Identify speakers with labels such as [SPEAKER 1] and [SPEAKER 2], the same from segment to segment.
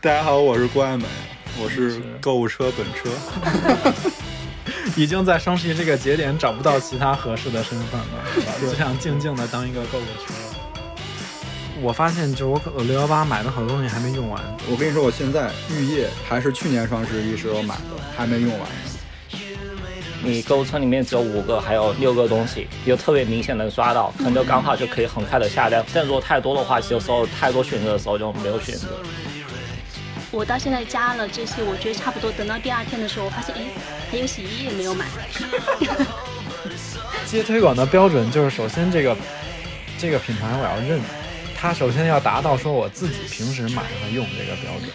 [SPEAKER 1] 大家好，我是郭爱美，我是购物车本车。
[SPEAKER 2] 已经在双十一这个节点找不到其他合适的身份了，是吧就想静静的当一个购物车。我发现，就是我可我六幺八买的好多东西还没用完，
[SPEAKER 1] 我跟你说，我现在浴液还是去年双十一时候买的，还没用完呢。
[SPEAKER 3] 你购物车里面只有五个，还有六个东西，有特别明显能刷到，可能就刚好就可以很快的下单。但如果太多的话，有时候太多选择的时候就没有选择。
[SPEAKER 4] 我到现在加了这些，我觉得差不多。等到第二天的时候，我发现哎，还有洗衣液没有买。
[SPEAKER 2] 接推广的标准就是，首先这个这个品牌我要认，它首先要达到说我自己平时买和用这个标准。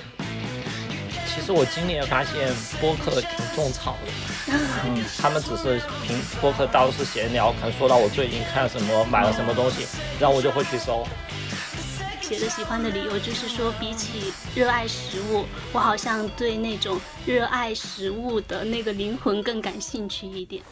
[SPEAKER 3] 其实我今年发现播客挺种草的，嗯，他们只是凭播客到处闲聊，可能说到我最近看了什么，买了什么东西，然后我就会去搜。
[SPEAKER 4] 写的喜欢的理由就是说，比起热爱食物，我好像对那种热爱食物的那个灵魂更感兴趣一点。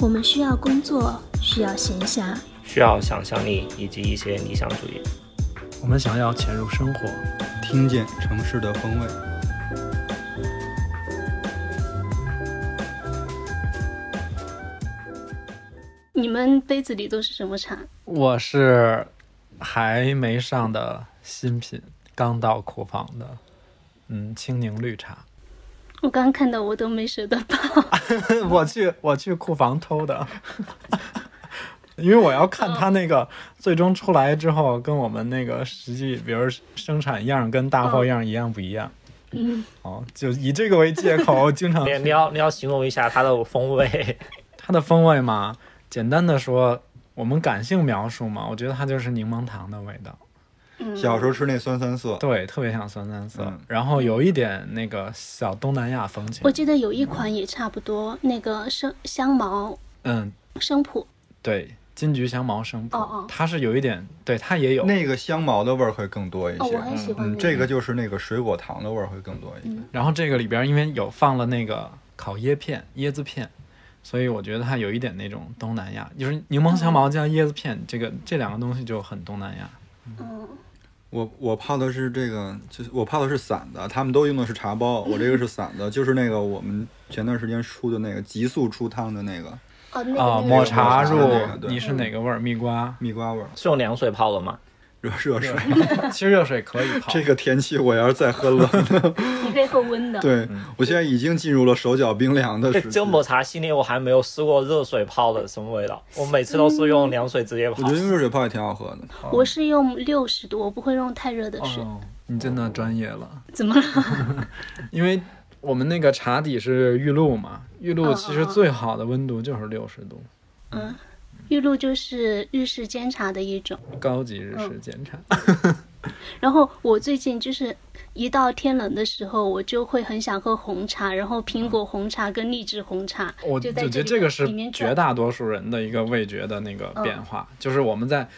[SPEAKER 4] 我们需要工作，需要闲暇，
[SPEAKER 3] 需要想象力以及一些理想主义。
[SPEAKER 2] 我们想要潜入生活，
[SPEAKER 1] 听见城市的风味。
[SPEAKER 4] 你们杯子里都是什么茶？
[SPEAKER 2] 我是还没上的新品，刚到库房的，嗯，青柠绿茶。
[SPEAKER 4] 我刚看到我都没舍得抱。
[SPEAKER 2] 我去我去库房偷的， 因为我要
[SPEAKER 4] 嗯
[SPEAKER 2] 看它那个最终出来之后跟我们那个实际，比如生产样跟大货样一样不一样。
[SPEAKER 4] 嗯，
[SPEAKER 2] 哦，就以这个为借口，经常
[SPEAKER 3] 你你要你要形容一下它的风味，
[SPEAKER 2] 它的风味嘛，简单的说，我们感性描述嘛，我觉得它就是柠檬糖的味道，
[SPEAKER 4] 嗯，
[SPEAKER 1] 小时候吃那酸酸涩，
[SPEAKER 2] 对，特别像酸酸涩，
[SPEAKER 1] 嗯
[SPEAKER 2] 然后有一点那个小东南亚风情
[SPEAKER 4] 我，记得有一款也差不多，那个生香茅
[SPEAKER 2] 嗯，
[SPEAKER 4] 生普，
[SPEAKER 2] 对，金桔香茅生普，
[SPEAKER 4] 哦哦
[SPEAKER 2] 它是有一点，对，它也有。
[SPEAKER 1] 那个香茅的味儿会更多一
[SPEAKER 4] 哦，
[SPEAKER 1] 些。
[SPEAKER 4] 我很喜欢、那嗯
[SPEAKER 1] 嗯，这个就是那个水果糖的味儿会更多一些。
[SPEAKER 2] 然后这个里边因为有放了那个烤椰片、椰子片，所以我觉得它有一点那种东南亚，就是柠檬香茅加椰子片，这个这两个东西就很东南亚。
[SPEAKER 4] 嗯，
[SPEAKER 1] 我我泡的是这个，就是我泡的是散的，他们都用的是茶包，我 这个是散的，就是那个我们前段时间出的那个急速出汤的那个
[SPEAKER 4] 哦，
[SPEAKER 1] 嗯
[SPEAKER 4] 那个、
[SPEAKER 2] 啊，
[SPEAKER 4] 那
[SPEAKER 2] 抹
[SPEAKER 4] 个
[SPEAKER 2] 茶
[SPEAKER 1] 是
[SPEAKER 2] 入
[SPEAKER 1] 那个，对。
[SPEAKER 2] 你是哪个味儿？蜜瓜
[SPEAKER 1] 蜜瓜味儿，
[SPEAKER 3] 是用凉水泡的吗？
[SPEAKER 1] 热热水。
[SPEAKER 2] 其实热水可以泡。
[SPEAKER 1] 这个天气我要是再喝冷的，
[SPEAKER 4] 你可以喝温 的，
[SPEAKER 1] 对我现在已经进入了手脚冰凉的
[SPEAKER 3] 这
[SPEAKER 1] 时期。
[SPEAKER 3] 这抹茶系列我还没有试过热水泡的什么味道，我每次都是用凉水直接
[SPEAKER 1] 我
[SPEAKER 2] 嗯
[SPEAKER 3] 泡
[SPEAKER 1] 觉。得用热水泡也挺好喝的。
[SPEAKER 4] 我是用六十度，我不会用太热的水。
[SPEAKER 2] 哦，你真的专业了，
[SPEAKER 4] 怎么了？
[SPEAKER 2] 因为我们那个茶底是玉露嘛，玉露
[SPEAKER 4] 嗯
[SPEAKER 2] 其实最好的温度就是六十度，
[SPEAKER 4] 玉露就是日式煎茶的一种。
[SPEAKER 2] 高级日
[SPEAKER 4] 嗯
[SPEAKER 2] 式煎茶。
[SPEAKER 4] 然后我最近就是一到天冷的时候，我就会很想喝红茶，然后苹果红茶跟荔枝红茶。
[SPEAKER 2] 嗯我
[SPEAKER 4] 就
[SPEAKER 2] 我
[SPEAKER 4] 在
[SPEAKER 2] 觉得
[SPEAKER 4] 里
[SPEAKER 2] 这个是
[SPEAKER 4] 里面
[SPEAKER 2] 绝
[SPEAKER 4] 转
[SPEAKER 2] 大多数人的一个味觉的那个变化，就是我们在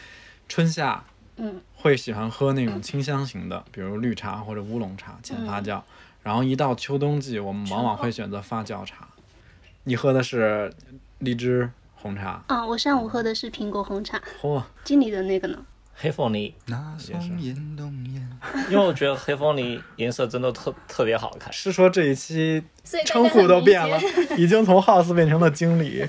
[SPEAKER 2] 春夏，
[SPEAKER 4] 嗯，
[SPEAKER 2] 会喜欢喝那种清香型的，比如绿茶或者乌龙茶浅
[SPEAKER 4] 嗯
[SPEAKER 2] 发酵，然后一到秋冬季，我们往往会选择发酵茶。你喝的是荔枝红茶，
[SPEAKER 4] 啊！我上午喝的是苹果红茶，
[SPEAKER 2] 嚯、
[SPEAKER 4] 经理的那个呢？
[SPEAKER 3] 黑凤梨，
[SPEAKER 1] 那松烟动烟，
[SPEAKER 3] 因为我觉得黑凤梨颜色真的特特别好看。
[SPEAKER 2] 是说这一期
[SPEAKER 4] 所以大家
[SPEAKER 2] 称呼
[SPEAKER 4] 很
[SPEAKER 2] 都
[SPEAKER 4] 理
[SPEAKER 2] 变
[SPEAKER 4] 解
[SPEAKER 2] 了，已经从 house 变成了经理。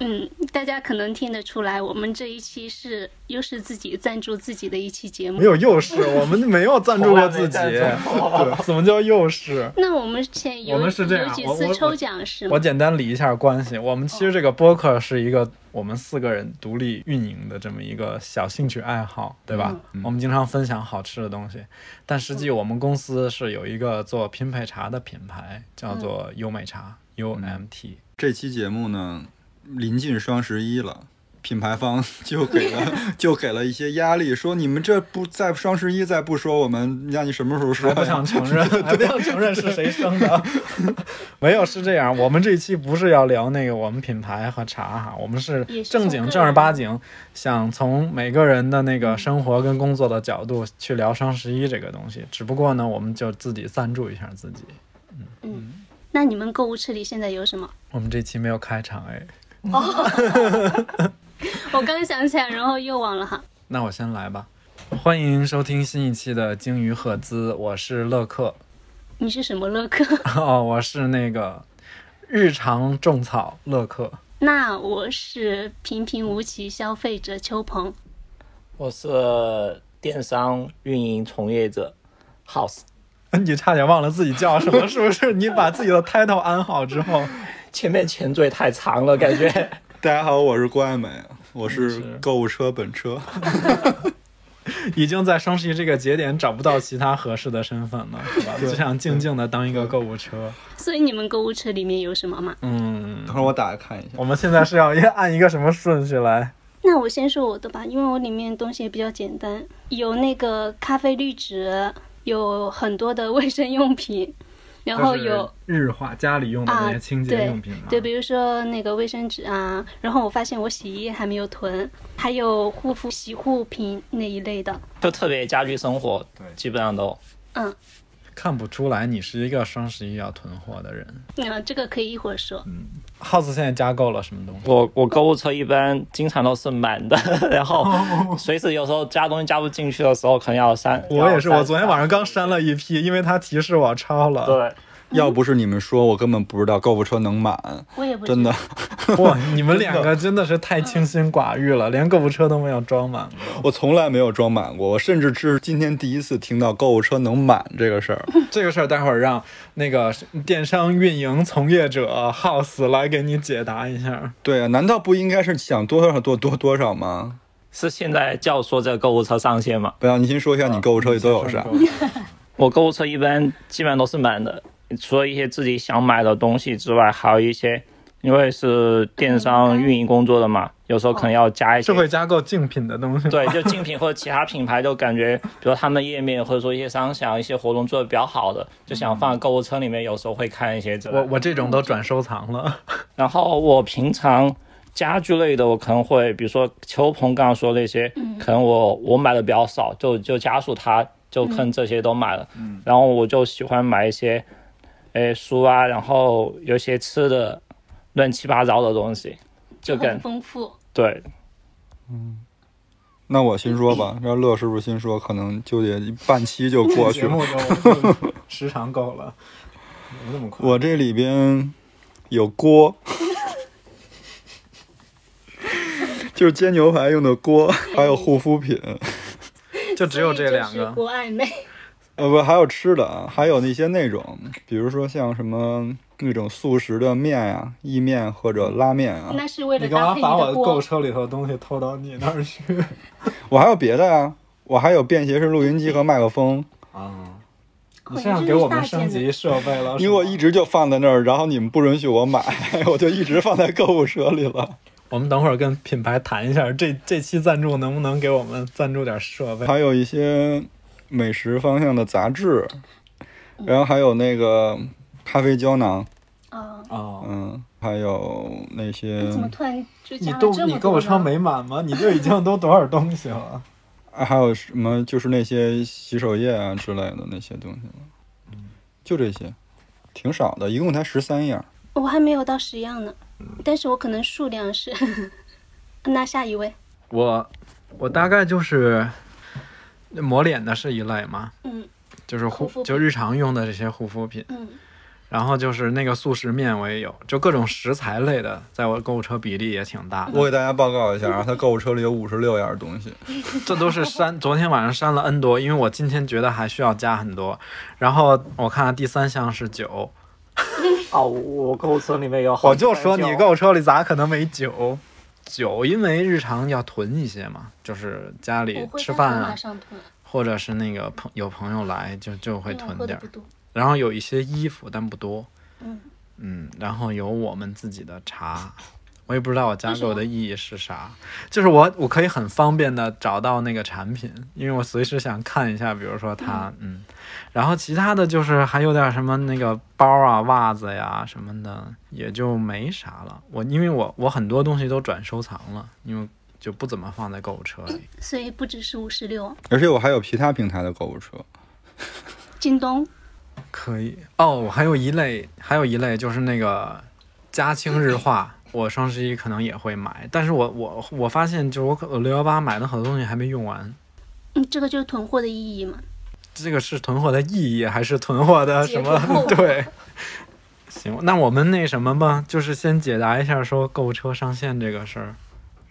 [SPEAKER 4] 嗯，大家可能听得出来，我们这一期是又是自己赞助自己的一期节目
[SPEAKER 2] 没。有幼师，我们没有赞助过自己，
[SPEAKER 3] 从来没赞
[SPEAKER 2] 对，怎么叫幼师？
[SPEAKER 4] 那我们前有
[SPEAKER 2] 我们是这样
[SPEAKER 4] 有几
[SPEAKER 2] 我我
[SPEAKER 4] 次抽奖是
[SPEAKER 2] 我
[SPEAKER 4] 吗？
[SPEAKER 2] 简单理一下关系。我们其实这个播客是一个我们四个人独立运营的这么一个小兴趣爱好，
[SPEAKER 4] 嗯
[SPEAKER 2] 对吧？嗯我们经常分享好吃的东西，但实际我们公司是有一个做拼配茶的品牌，叫
[SPEAKER 4] 嗯
[SPEAKER 2] 做优美茶 （UMT）。
[SPEAKER 1] 这期节目呢，临近双十一了。品牌方 就给了就给了一些压力，说你们这不在双十一再不说，我们让你什么时候说呀？
[SPEAKER 2] 还不想承 认，还不想承认是谁生的？ 没有，是这样。我们这期不是要聊那个我们品牌和茶哈，我们是
[SPEAKER 4] 也是
[SPEAKER 2] 正
[SPEAKER 4] 从
[SPEAKER 2] 经
[SPEAKER 4] 个
[SPEAKER 2] 正儿
[SPEAKER 4] 人嗯
[SPEAKER 2] 八经，想从每个人的那个生活跟工作的角度去聊双十一这个东西。只不过呢，我们就自己赞助一下自己。
[SPEAKER 4] 那你们购物车里现在有什么？
[SPEAKER 2] 我们这期没有开场哎，
[SPEAKER 4] 我刚想起来，然后又忘了哈。
[SPEAKER 2] 那我先来吧。欢迎收听新一期的鲸鱼赫兹，我是乐克，
[SPEAKER 4] 你是什么乐克？
[SPEAKER 2] 哦，我是那个日常种草乐克。
[SPEAKER 4] 那我是平平无奇消费者秋鹏。
[SPEAKER 3] 我是电商运营从业者，House。
[SPEAKER 2] 你差点忘了自己叫什么，是不是？你把自己的 title 安好之后，
[SPEAKER 3] 前面前缀太长了，感觉
[SPEAKER 1] 大家好，我是郭爱美，我是购物车本车。
[SPEAKER 2] 已经在双十一这个节点找不到其他合适的身份了，是吧？就想静静的当一个购物车。
[SPEAKER 4] 所以你们购物车里面有什么吗？
[SPEAKER 2] 嗯，
[SPEAKER 1] 等会儿我打开看一下。
[SPEAKER 2] 我们现在是要按一个什么顺序来？
[SPEAKER 4] 那我先说我的吧，因为我里面东西也比较简单，有那个咖啡滤纸，有很多的卫生用品，然后有
[SPEAKER 2] 就是日化家里用的那
[SPEAKER 4] 啊
[SPEAKER 2] 些，清洁
[SPEAKER 4] 对
[SPEAKER 2] 用品嘛，
[SPEAKER 4] 对，比如说那个卫生纸啊，然后我发现我洗衣液还没有囤，还有护肤洗护品那一类的。
[SPEAKER 3] 就特别家居生活，
[SPEAKER 1] 对
[SPEAKER 3] 基本上都
[SPEAKER 4] 嗯，
[SPEAKER 2] 看不出来你是一个双十一要囤货的人。
[SPEAKER 4] 那嗯这个可以一会儿说。
[SPEAKER 2] 嗯耗子现在加购了什么东西？
[SPEAKER 3] 我我购物车一般经常都是满的，然后随时有时候加东西加不进去的时候，可能要删。
[SPEAKER 2] 哦我也是，
[SPEAKER 3] 要删
[SPEAKER 2] 我昨天晚上刚删了一批，因为他提示我超了。
[SPEAKER 3] 对，
[SPEAKER 1] 要不是你们说，我根本不知道购物车能满，
[SPEAKER 4] 我也不知
[SPEAKER 1] 真的。
[SPEAKER 2] 哇， 你们两个真的是太清心寡欲了，连购物车都没有装满过。
[SPEAKER 1] 我从来没有装满过，我甚至是今天第一次听到购物车能满这个事儿。
[SPEAKER 2] 这个事儿待会儿让那个电商运营从业者 House 来给你解答一下。
[SPEAKER 1] 对啊，难道不应该是想多少多多多少吗？
[SPEAKER 3] 是现在教唆这个购物车上线嘛？
[SPEAKER 1] 不要，你先说一下你购物车里都 有啥？
[SPEAKER 3] 我购物车一般基本上都是满的，除了一些自己想买的东西之外，还有一些因为是电商运营工作的嘛，有时候可能要加一些
[SPEAKER 2] 社。会加购竞品的东西。
[SPEAKER 3] 对，就竞品或者其他品牌，就感觉，比如他们页面或者说一些商场、一些活动做的比较好的，就想放购物车里面，有时候会看一些这。
[SPEAKER 2] 我我这种都转收 藏了。
[SPEAKER 3] 然后我平常家具类的，我可能会，比如说秋鹏刚刚说那些，可能我我买的比较少，就就家属他就坑这些都买了。然后我就喜欢买一些，诶书啊，然后有一些吃的，乱七八糟的东西，就
[SPEAKER 4] 很
[SPEAKER 3] 感
[SPEAKER 4] 丰富。
[SPEAKER 3] 对
[SPEAKER 1] 那我先说吧，让乐是不是先说？可能就得半期就过去
[SPEAKER 2] 节
[SPEAKER 1] 了。
[SPEAKER 2] 目中我时长够了，没那么快。
[SPEAKER 1] 我这里边有锅， 就是煎牛排用的锅，还有护肤品，
[SPEAKER 2] 就 只有这两个。啊
[SPEAKER 4] 国爱美。
[SPEAKER 1] 呃，不，还有吃的啊，还有那些那种，比如说像什么那种速食的面啊、意面或者拉面啊，
[SPEAKER 4] 那是为了
[SPEAKER 2] 你干嘛
[SPEAKER 4] 搭配
[SPEAKER 2] 把我
[SPEAKER 4] 的
[SPEAKER 2] 的购物
[SPEAKER 4] 锅。
[SPEAKER 2] 车里头的东西偷到你那 儿去？
[SPEAKER 1] 我还有别的啊，我还有便携式录音机和麦克风，
[SPEAKER 2] 啊，
[SPEAKER 4] 好
[SPEAKER 2] 你
[SPEAKER 4] 像
[SPEAKER 2] 是想
[SPEAKER 4] 真
[SPEAKER 2] 给
[SPEAKER 4] 是
[SPEAKER 2] 我
[SPEAKER 4] 大
[SPEAKER 2] 们
[SPEAKER 4] 件
[SPEAKER 2] 升
[SPEAKER 4] 的
[SPEAKER 2] 级设备
[SPEAKER 4] 啊
[SPEAKER 2] 了？
[SPEAKER 1] 因为我一直就放在那儿，然后你们不允许我买， 我就一直放在购物车里了。
[SPEAKER 2] 我们等会儿跟品牌谈一下，这这期赞助能不能给我们赞助点设备？
[SPEAKER 1] 还有一些美食方向的杂志，
[SPEAKER 4] 嗯
[SPEAKER 1] 然后还有那个咖啡胶囊，
[SPEAKER 4] 啊、
[SPEAKER 2] 啊，
[SPEAKER 1] 嗯，还有那些
[SPEAKER 2] 嗯
[SPEAKER 4] 哎你怎么突然就
[SPEAKER 2] 你
[SPEAKER 4] 加了
[SPEAKER 2] 都
[SPEAKER 4] 这么多呢？
[SPEAKER 2] 你购物车没满吗？你就已经都多少东西了？
[SPEAKER 1] 啊还有什么就是那些洗手液啊之类的那些东西了，
[SPEAKER 4] 嗯
[SPEAKER 1] 就这些，挺少的，一共才十三样。
[SPEAKER 4] 我还没有到十样呢，
[SPEAKER 2] 嗯
[SPEAKER 4] 但是我可能数量是。 那下一位，
[SPEAKER 2] 我我大概就是抹脸的是一类嘛，
[SPEAKER 4] 嗯
[SPEAKER 2] 就是
[SPEAKER 4] 护肤
[SPEAKER 2] 护
[SPEAKER 4] 品
[SPEAKER 2] 就日常用的这些护肤品，
[SPEAKER 4] 嗯，
[SPEAKER 2] 然后就是那个速食面我也有，就各种食材类的，在我购物车比例也挺大
[SPEAKER 4] 嗯
[SPEAKER 2] 的。
[SPEAKER 1] 我给大家报告一下啊，他购物车里有五十六样东西，
[SPEAKER 2] 这都是删，昨天晚上删了 N 多，因为我今天觉得还需要加很多。然后我看第三项是酒，
[SPEAKER 3] 哦，我购物车里面有好
[SPEAKER 2] 我就说你购物车里咋可能没酒？酒因为日常要囤一些嘛，就是家
[SPEAKER 4] 我
[SPEAKER 2] 里
[SPEAKER 4] 会
[SPEAKER 2] 吃
[SPEAKER 4] 在
[SPEAKER 2] 饭
[SPEAKER 4] 盒马
[SPEAKER 2] 啊，
[SPEAKER 4] 上囤，
[SPEAKER 2] 或者是那个朋有朋友来就就会
[SPEAKER 4] 因为我
[SPEAKER 2] 囤
[SPEAKER 4] 嗯喝的
[SPEAKER 2] 点
[SPEAKER 4] 不
[SPEAKER 2] 儿，
[SPEAKER 4] 多。
[SPEAKER 2] 然后有一些衣服但不多，
[SPEAKER 4] 嗯
[SPEAKER 2] 嗯，然后有我们自己的茶，我也不知道我加购的意义是啥，就是我我可以很方便的找到那个产品，因为我随时想看一下，比如说它，嗯，然后其他的就是还有点什么那个包啊、袜子呀什么的，也就没啥了。我因为我我很多东西都转收藏了，因为就不怎么放在购物车里。
[SPEAKER 4] 所以不只是五十六，
[SPEAKER 1] 而且我还有其他平台的购物车，
[SPEAKER 4] 京东
[SPEAKER 2] 可以哦，还有一类，还有一类就是那个家轻日 化，我双十一可能也会买，但是我我我发现就是我可六幺八买的好多东西还没用完，
[SPEAKER 4] 嗯，这个就是囤货的意义嘛。
[SPEAKER 2] 这个是囤货的意义还是囤货的什么
[SPEAKER 5] 解囤货？
[SPEAKER 2] 对，行，那我们那什么吧，就是先解答一下说购物车上线这个事儿。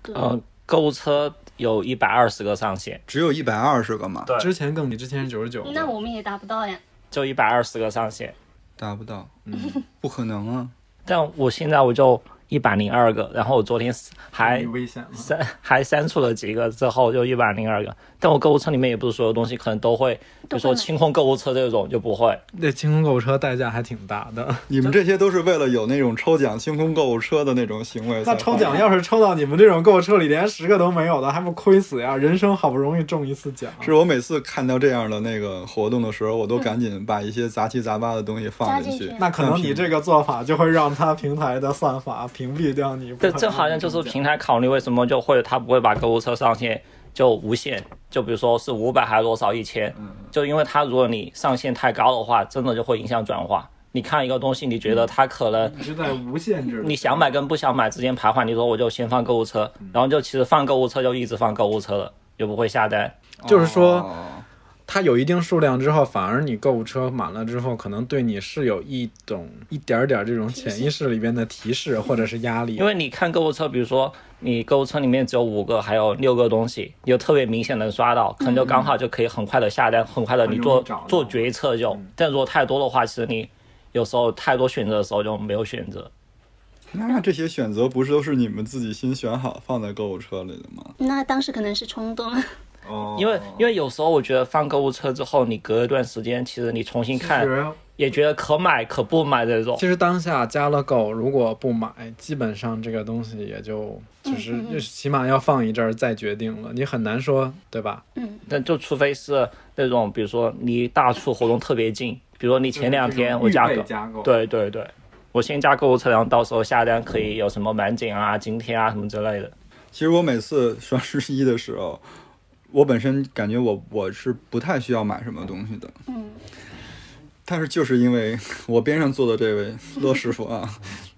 [SPEAKER 4] 对，
[SPEAKER 3] 嗯，购物车有一百二十个上限，
[SPEAKER 1] 只有一百二十个嘛，
[SPEAKER 3] 对
[SPEAKER 2] 之前更比之前是九十九，
[SPEAKER 4] 那我们也达不到呀。
[SPEAKER 3] 就一百二十个上限。
[SPEAKER 1] 达不到， 不可能啊！
[SPEAKER 3] 但我现在我就一百零二个，然后我昨天还
[SPEAKER 2] 你危险了。
[SPEAKER 3] 删还删除了几个之后就一百零二个，但我购物车里面也不是所有东西可能都会，比如说
[SPEAKER 4] 买
[SPEAKER 3] 清空购物车这种就不会。
[SPEAKER 2] 那清空购物车代价还挺大的。
[SPEAKER 1] 你们这些都是为了有那种抽奖清空购物车的那种行为才
[SPEAKER 2] 那
[SPEAKER 1] 花的。
[SPEAKER 2] 抽奖要是抽到你们这种购物车里连十个都没有的，还不亏死呀？人生好不容易中一次奖，
[SPEAKER 1] 是我每次看到这样的那个活动的时候，我都赶
[SPEAKER 2] 嗯
[SPEAKER 1] 紧把一些杂七杂八的东西放进
[SPEAKER 5] 加进去
[SPEAKER 2] 那可能你这个做法就会让他平台的算法屏蔽掉你。不
[SPEAKER 3] 这
[SPEAKER 2] 可
[SPEAKER 3] 这
[SPEAKER 2] 能
[SPEAKER 3] 好像就是
[SPEAKER 2] 中奖
[SPEAKER 3] 平台考虑为什么就会他不会把购物车上限就无限，就比如说是五百还是多少一千，就因为他如果你上限太高的话，真的就会影响转化。你看一个东西，你觉得它可能
[SPEAKER 2] 你是在无限制。
[SPEAKER 3] 你想买跟不想买之间徘徊，你说我就先放购物车，然后就其实放购物车就一直放购物车了，就不会下单。
[SPEAKER 2] 就是说
[SPEAKER 1] 哦
[SPEAKER 2] 它有一定数量之后，反而你购物车满了之后，可能对你是有一种一点点这种潜意识里边的提示或者是压力
[SPEAKER 3] 因。为你看购物车，比如说你购物车里面只有五个，还有六个东西，你就特别明显能刷到，可能就刚好就可以很快的下单，很快的你
[SPEAKER 2] 嗯很容
[SPEAKER 3] 做
[SPEAKER 2] 易找到嗯
[SPEAKER 3] 做决策就。但如果太多的话，其实你有时候太多选择的时候就没有选择。
[SPEAKER 2] 哦
[SPEAKER 1] 那这些选择不是都是你们自己先选好放在购物车里的吗？
[SPEAKER 4] 那当时可能是冲动了，
[SPEAKER 1] 哦
[SPEAKER 3] 因为因为有时候我觉得放购物车之后，你隔一段时间，其实你重新看
[SPEAKER 2] 其实
[SPEAKER 3] 也觉得可买可不买这种。
[SPEAKER 2] 其实当下加了购，如果不买，基本上这个东西也就只是起码要放一阵儿再决定了，你很难说，对吧？
[SPEAKER 3] 但就除非是那种，比如说离大促活动特别近，比如说你前两天我加
[SPEAKER 2] 预
[SPEAKER 3] 个
[SPEAKER 2] 备加购，
[SPEAKER 3] 对对对，我先加购物车，然后到时候下单可以有什么满减啊、津贴啊什么之类的。
[SPEAKER 1] 其实我每次双十一的时候，我本身感觉我我是不太需要买什么东西的，嗯，但是就是因为我边上坐的这位 骆师傅啊，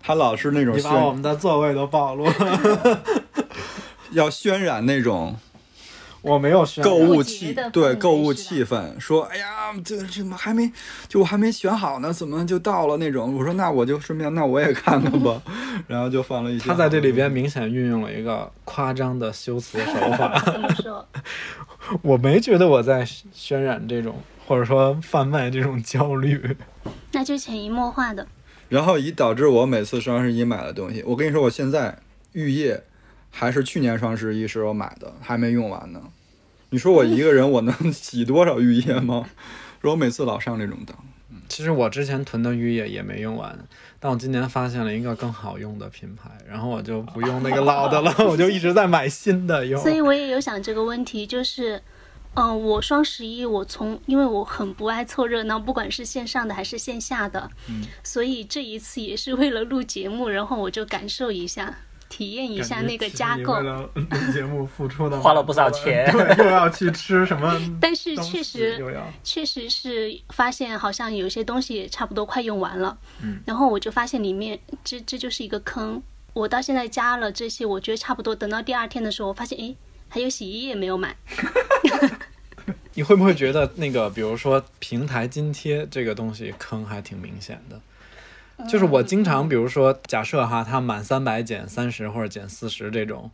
[SPEAKER 1] 他老是那种
[SPEAKER 2] 你把我
[SPEAKER 1] 渲
[SPEAKER 2] 们的座位都暴露 了，
[SPEAKER 1] 要渲染那种
[SPEAKER 2] 我没有选
[SPEAKER 1] 购物气
[SPEAKER 5] 节的氛
[SPEAKER 1] 对
[SPEAKER 5] 围
[SPEAKER 1] 购物
[SPEAKER 5] 是吧
[SPEAKER 1] 气氛，说哎呀，这这还没就我还没选好呢，怎么就到了那种？我说那我就顺便那我也看看 吧，然后就放了一些。
[SPEAKER 2] 他在这里边明显运用了一个夸张的修辞手 法，
[SPEAKER 4] 怎么说？
[SPEAKER 2] 我没觉得我在渲染这种或者说贩卖这种焦虑。
[SPEAKER 4] 那就潜移默化的。
[SPEAKER 1] 然后以导致我每次双十一买的东西，我跟你说，我现在浴液还是去年双十一时候买的，还没用完呢。你说我一个人我能洗多少浴液吗？ 说我每次老上这种当，
[SPEAKER 2] 其实我之前囤的浴液也没用完，但我今年发现了一个更好用的品牌，然后我就不用那个老的了，我就一直在买新的用。
[SPEAKER 4] 所以我也有想这个问题，就是，嗯、我双十一我从因为我很不爱凑热闹，不管是线上的还是线下的，嗯，所以这一次也是为了录节目，然后我就感受一下，体验一下那个加购，
[SPEAKER 2] 为。了录节目付出的
[SPEAKER 3] 花了不少钱
[SPEAKER 2] 对，又要去吃什么
[SPEAKER 4] 但是
[SPEAKER 2] 东西
[SPEAKER 4] 确实
[SPEAKER 2] 又要
[SPEAKER 4] 确实是发现好像有些东西也差不多快用完了，嗯，然后我就发现里面这这就是一个坑，我到现在加了这些，我觉得差不多，等到第二天的时候，我发现诶，还有洗衣液没有买，
[SPEAKER 2] 你会不会觉得那个，比如说平台津贴这个东西坑还挺明显的？就是我经常，比如说假设哈，它满三百减三十或者减四十这种，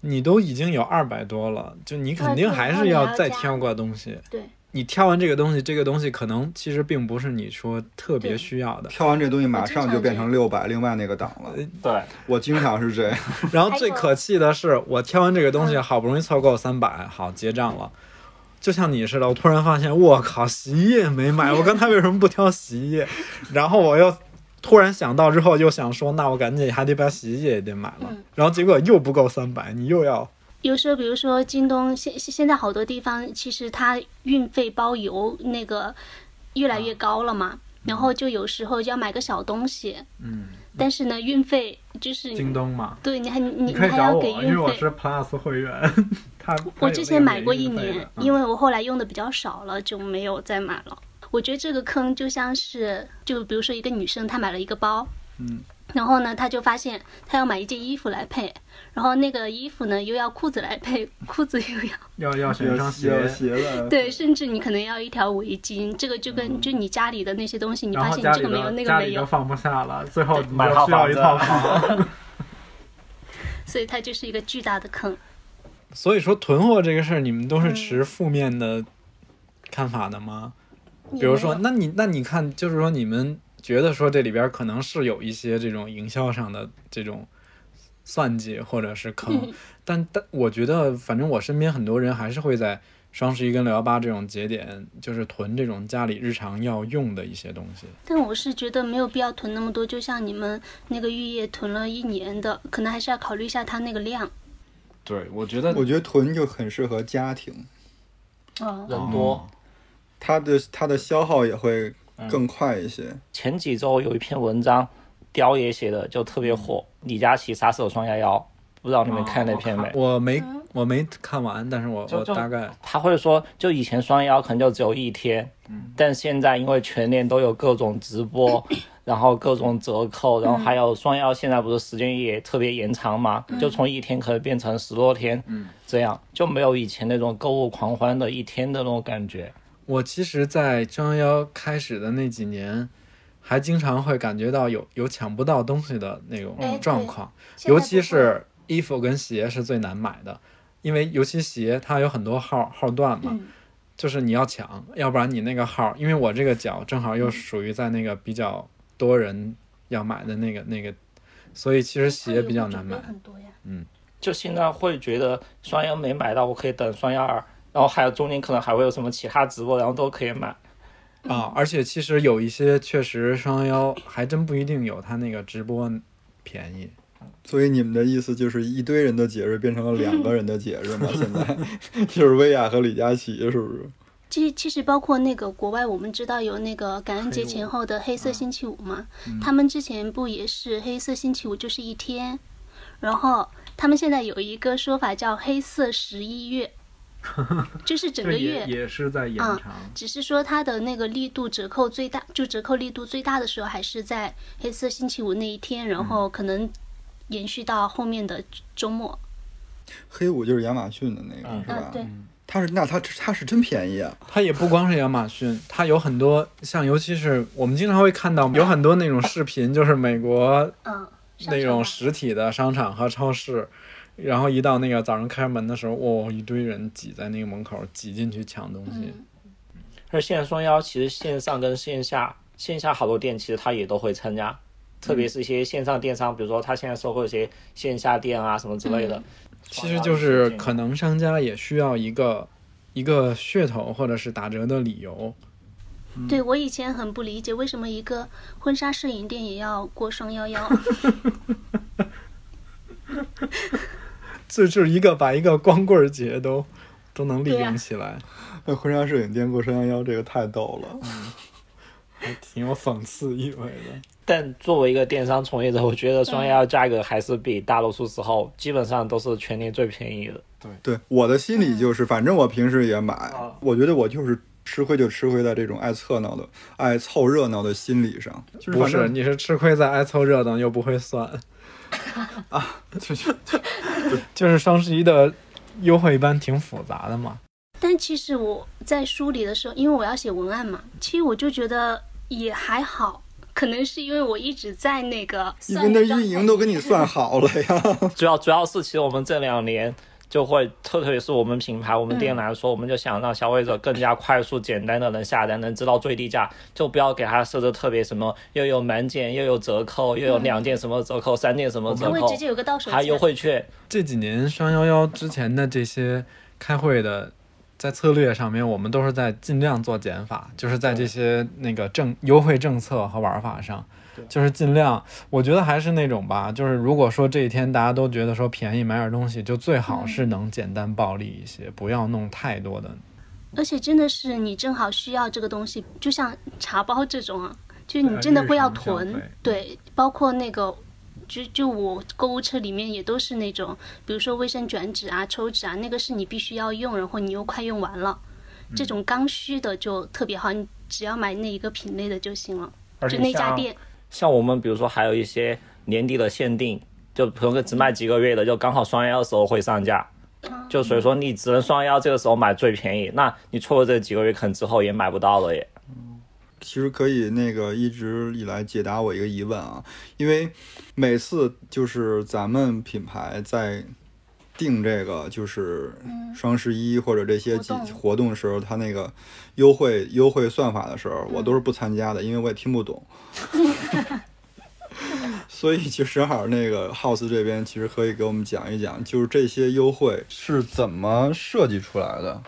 [SPEAKER 2] 你都已经有二百多了，就你肯定还是要再挑个东西。
[SPEAKER 4] 对，
[SPEAKER 2] 你挑完这个东西，这个东西可能其实并不是你说特别需要的。
[SPEAKER 1] 挑完这东西马上就变成六百另外那个档了。
[SPEAKER 3] 对，
[SPEAKER 1] 我经常是 这样，
[SPEAKER 2] 然后最可气的是，我挑完这个东西，
[SPEAKER 4] 嗯
[SPEAKER 2] 好不容易凑够三百，好结账了。就像你似的，我突然发现，我靠，洗衣液没 买，我刚才为什么不挑洗衣液？然后我又突然想到之后，又想说，那我赶紧还得把洗衣液也得买了。
[SPEAKER 4] 嗯
[SPEAKER 2] 然后结果又不够三百，你又要
[SPEAKER 4] 有时候，比如说京东，现现现在好多地方其实它运费包邮那个越来越高了嘛，然后就有时候要买个小东西，嗯，但是呢，运费就是你
[SPEAKER 2] 嗯东嘛？
[SPEAKER 4] 对你还你你还要给运费。
[SPEAKER 2] Plus 会员， 他嗯
[SPEAKER 4] 我之前买过一年，因为我后来用的比较少了，就没有再买了。我觉得这个坑就像是，就比如说一个女生她买了一个包，
[SPEAKER 1] 嗯，
[SPEAKER 4] 然后呢，她就发现她要买一件衣服来配，然后那个衣服呢又要裤子来配，裤子又要
[SPEAKER 2] 要要选一双鞋，
[SPEAKER 1] 有鞋了，
[SPEAKER 4] 对，甚至你可能要一条围巾，这个就跟就你家里的那些东西，
[SPEAKER 2] 嗯
[SPEAKER 4] 你
[SPEAKER 2] 然
[SPEAKER 4] 发
[SPEAKER 2] 后
[SPEAKER 4] 现
[SPEAKER 2] 家
[SPEAKER 4] 你这
[SPEAKER 2] 里
[SPEAKER 4] 个没有
[SPEAKER 2] 的
[SPEAKER 4] 那个
[SPEAKER 2] 家
[SPEAKER 4] 没
[SPEAKER 2] 里
[SPEAKER 4] 有
[SPEAKER 2] 都，放不下了，最后你
[SPEAKER 3] 买
[SPEAKER 2] 就
[SPEAKER 3] 套
[SPEAKER 2] 需要
[SPEAKER 3] 房
[SPEAKER 2] 一
[SPEAKER 3] 子啊
[SPEAKER 2] 套房。
[SPEAKER 4] 所以它就是一个巨大的坑。
[SPEAKER 2] 所以说囤货这个事儿，你们都是持负面的看法的吗？比如说，那你那你看，就是说你们觉得说这里边可能是有一些这种营销上的这种算计或者是坑，但但我觉得，反正我身边很多人还是会在双十一跟六幺八这种节点，就是囤这种家里日常要用的一些东西。
[SPEAKER 4] 但我是觉得没有必要囤那么多，就像你们那个玉叶囤了一年的，可能还是要考虑一下它那个量。
[SPEAKER 2] 对，我觉得
[SPEAKER 1] 我觉得囤就很适合家庭，
[SPEAKER 4] 哦，
[SPEAKER 3] 人多。
[SPEAKER 1] 它的它的消耗也会更快一些。
[SPEAKER 3] 前几周有一篇文章，雕爷写的就特别火，李佳琦杀手双幺幺，不知道你们看那篇没？
[SPEAKER 2] 我没我没看完，但是我
[SPEAKER 3] 就
[SPEAKER 2] 我
[SPEAKER 3] 就
[SPEAKER 2] 大概
[SPEAKER 3] 他会说，就以前双幺幺可能就只有一天，但现在因为全年都有各种直播，然后各种折扣，然后还有双幺现在不是时间也特别延长嘛，就从一天可能变成十多天，这样就没有以前那种购物狂欢的一天的那种感觉。
[SPEAKER 2] 我其实，在张幺开始的那几年，还经常会感觉到有有抢不到东西的那
[SPEAKER 4] 哎
[SPEAKER 2] 种状况，
[SPEAKER 4] 现在
[SPEAKER 2] 尤
[SPEAKER 4] 不
[SPEAKER 2] 其
[SPEAKER 4] 会
[SPEAKER 2] 是衣服跟鞋是最难买的，因为尤其鞋它有很多号号段嘛，
[SPEAKER 4] 嗯
[SPEAKER 2] 就是你要抢，要不然你那个号，因为我这个脚正好又
[SPEAKER 4] 嗯
[SPEAKER 2] 属于在那个比较多人要买的那个那个，所以其
[SPEAKER 4] 哎
[SPEAKER 2] 实鞋比较难买。
[SPEAKER 4] 很多呀。
[SPEAKER 3] 就现在会觉得双幺没买到，我可以等双幺二，然后还有中间可能还会有什么其他直播，然后都可以买。
[SPEAKER 2] 啊， 而且其实有一些确实双幺还真不一定有它那个直播便宜。
[SPEAKER 1] 所以你们的意思就是一堆人的节日变成了两个人的节 日吗？现在就是薇娅和李佳琦，是不是？
[SPEAKER 4] 其实其实包括那个国外，我们知道有那个感恩节前后的黑
[SPEAKER 2] 嗯
[SPEAKER 4] 色星期五嘛，他们之前不也是黑色星期五就是一天，然后他们现在有一个说法叫黑色十一月， 就是整个月
[SPEAKER 2] 也是在延
[SPEAKER 4] 嗯只是说它的那个力度折扣最大，就折扣力度最大的时候还是在黑色星期五那一天，
[SPEAKER 2] 嗯
[SPEAKER 4] 然后可能延续到后面的周末。
[SPEAKER 1] 黑五就是亚马逊的那个，
[SPEAKER 2] 嗯
[SPEAKER 1] 是吧？
[SPEAKER 4] 啊对，
[SPEAKER 1] 它是那它它是真便宜啊！
[SPEAKER 2] 它也不光是亚马逊，它有很多像，尤其是我们经常会看到有很多那种视频，就是美国
[SPEAKER 4] 嗯，上
[SPEAKER 2] 那
[SPEAKER 4] 周吧
[SPEAKER 2] 种实体的商场和超市，然后一到那个早上开门的时候，哇、一堆人挤在那个门口挤进去抢东西。
[SPEAKER 4] 嗯
[SPEAKER 3] 而现在双幺其实线上跟线下，线下好多店其实它也都会参加，特
[SPEAKER 2] 嗯
[SPEAKER 3] 别是一些线上电商，比如说它现在收购一些线下店啊什么之类的。
[SPEAKER 2] 嗯其实就是可能商家也需要一个一个噱头或者是打折的理由。
[SPEAKER 4] 对我以前很不理解，为什么一个婚纱摄影店也要过双幺幺？
[SPEAKER 2] 这就是一个把一个光棍儿节都都能利
[SPEAKER 4] 对啊呀
[SPEAKER 2] 用起来，
[SPEAKER 1] 那婚纱摄影店过三幺幺，这个太逗了。
[SPEAKER 2] 嗯 还挺有讽刺意味的。
[SPEAKER 3] 但作为一个电商从业者，我觉得双幺幺价格还是比大多数时候基本上都是全年最便宜的。
[SPEAKER 1] 对，我的心理就是，反正我平时也买，
[SPEAKER 2] 啊
[SPEAKER 1] 我觉得我就是吃亏就吃亏在这种爱凑闹的、爱凑热闹的心理上。就是
[SPEAKER 2] 不
[SPEAKER 1] 反
[SPEAKER 2] 是，
[SPEAKER 1] 正
[SPEAKER 2] 你是吃亏在挨凑热闹，又不会算啊，就就就是双十一的优惠一般挺复杂的嘛。
[SPEAKER 4] 但其实我在梳理的时候，因为我要写文案嘛，其实我就觉得也还好，可能是因为我一直在那个
[SPEAKER 1] 你跟
[SPEAKER 4] 算
[SPEAKER 1] 那
[SPEAKER 4] 账
[SPEAKER 1] 运营都给你算好了呀。
[SPEAKER 3] 主要主要是，其实我们这两年就会，特别是我们品牌、我们店来说，我们就想让消费者更加快速、简单的能下单，能知道最低价，就不要给他设置特别什么，又有满减，又有折扣，又有两件什么折扣，三件什么折
[SPEAKER 4] 他会
[SPEAKER 3] 扣
[SPEAKER 4] 直，接有个到手价
[SPEAKER 3] 还有优惠券。
[SPEAKER 2] 这几年双幺幺之前的这些开会的，在策略上面，我们都是在尽量做减法，就是在这些那个政优惠政策和玩法上，就是尽量。我觉得还是那种吧，就是如果说这一天大家都觉得说便宜买点东西，就最好是能简单暴利一些，不要弄太多的
[SPEAKER 4] 而且真的是你正好需要这个东西，就像茶包这种啊，就是你真的会要
[SPEAKER 2] 日常消
[SPEAKER 4] 囤
[SPEAKER 2] 费，
[SPEAKER 4] 对，包括那个。就就我购物车里面也都是那种，比如说卫生卷纸啊、抽纸啊，那个是你必须要用，然后你又快用完了，这种刚需的就特别好，你只要买那一个品类的就行了，
[SPEAKER 3] 而
[SPEAKER 4] 就
[SPEAKER 3] 且
[SPEAKER 4] 那家
[SPEAKER 3] 像
[SPEAKER 4] 店。
[SPEAKER 3] 像我们比如说还有一些年底的限定，就可能只卖几个月的，就刚好双幺的时候会上架，
[SPEAKER 4] 嗯
[SPEAKER 3] 就所以说你只能双幺这个时候买最便宜，那你错过这几个月，可能之后也买不到了耶。
[SPEAKER 1] 其实可以那个一直以来解答我一个疑问啊，因为每次就是咱们品牌在定这个就是双十一或者这些
[SPEAKER 4] 活
[SPEAKER 1] 几
[SPEAKER 4] 动
[SPEAKER 1] 活动的时候，它那个优惠优惠算法的时候，我都是不参加的，因为我也听不懂。 所以就正好那个 House 这边其实可以给我们讲一讲，就是这些优惠是怎么设计出来的。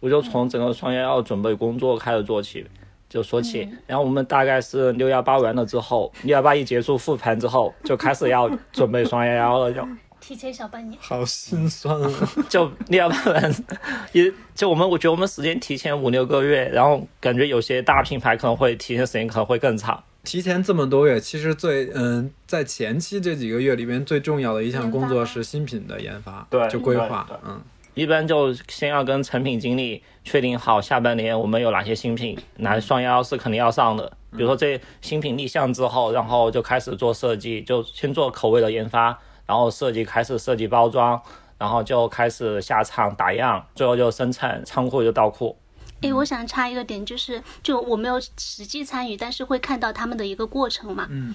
[SPEAKER 3] 我就从整个双幺幺准备工作开始做起，就说起。然后我们大概是六幺八完了之后，六幺八一结束复盘之后，就开始要准备双幺幺了，就
[SPEAKER 4] 提前小半年，
[SPEAKER 2] 好心酸啊！
[SPEAKER 3] 就六幺八完，也就我们我觉得我们时间提前五六个月，然后感觉有些大品牌可能会提前时间可能会更长。
[SPEAKER 2] 提前这么多月，其实最嗯，在前期这几个月里边，最重要的一项工作是新品的研发，
[SPEAKER 3] 对
[SPEAKER 2] 就规划
[SPEAKER 3] 对对，
[SPEAKER 2] 嗯，
[SPEAKER 3] 一般就先要跟产品经理确定好下半年我们有哪些新品，哪些双幺幺是肯定要上的。比如说这新品立项之后，然后就开始做设计，就先做口味的研发，然后设计开始设计包装，然后就开始下场打样，最后就生产仓库就到库。
[SPEAKER 4] 诶，我想插一个点，就是就我没有实际参与，但是会看到他们的一个过程嘛。
[SPEAKER 2] 嗯。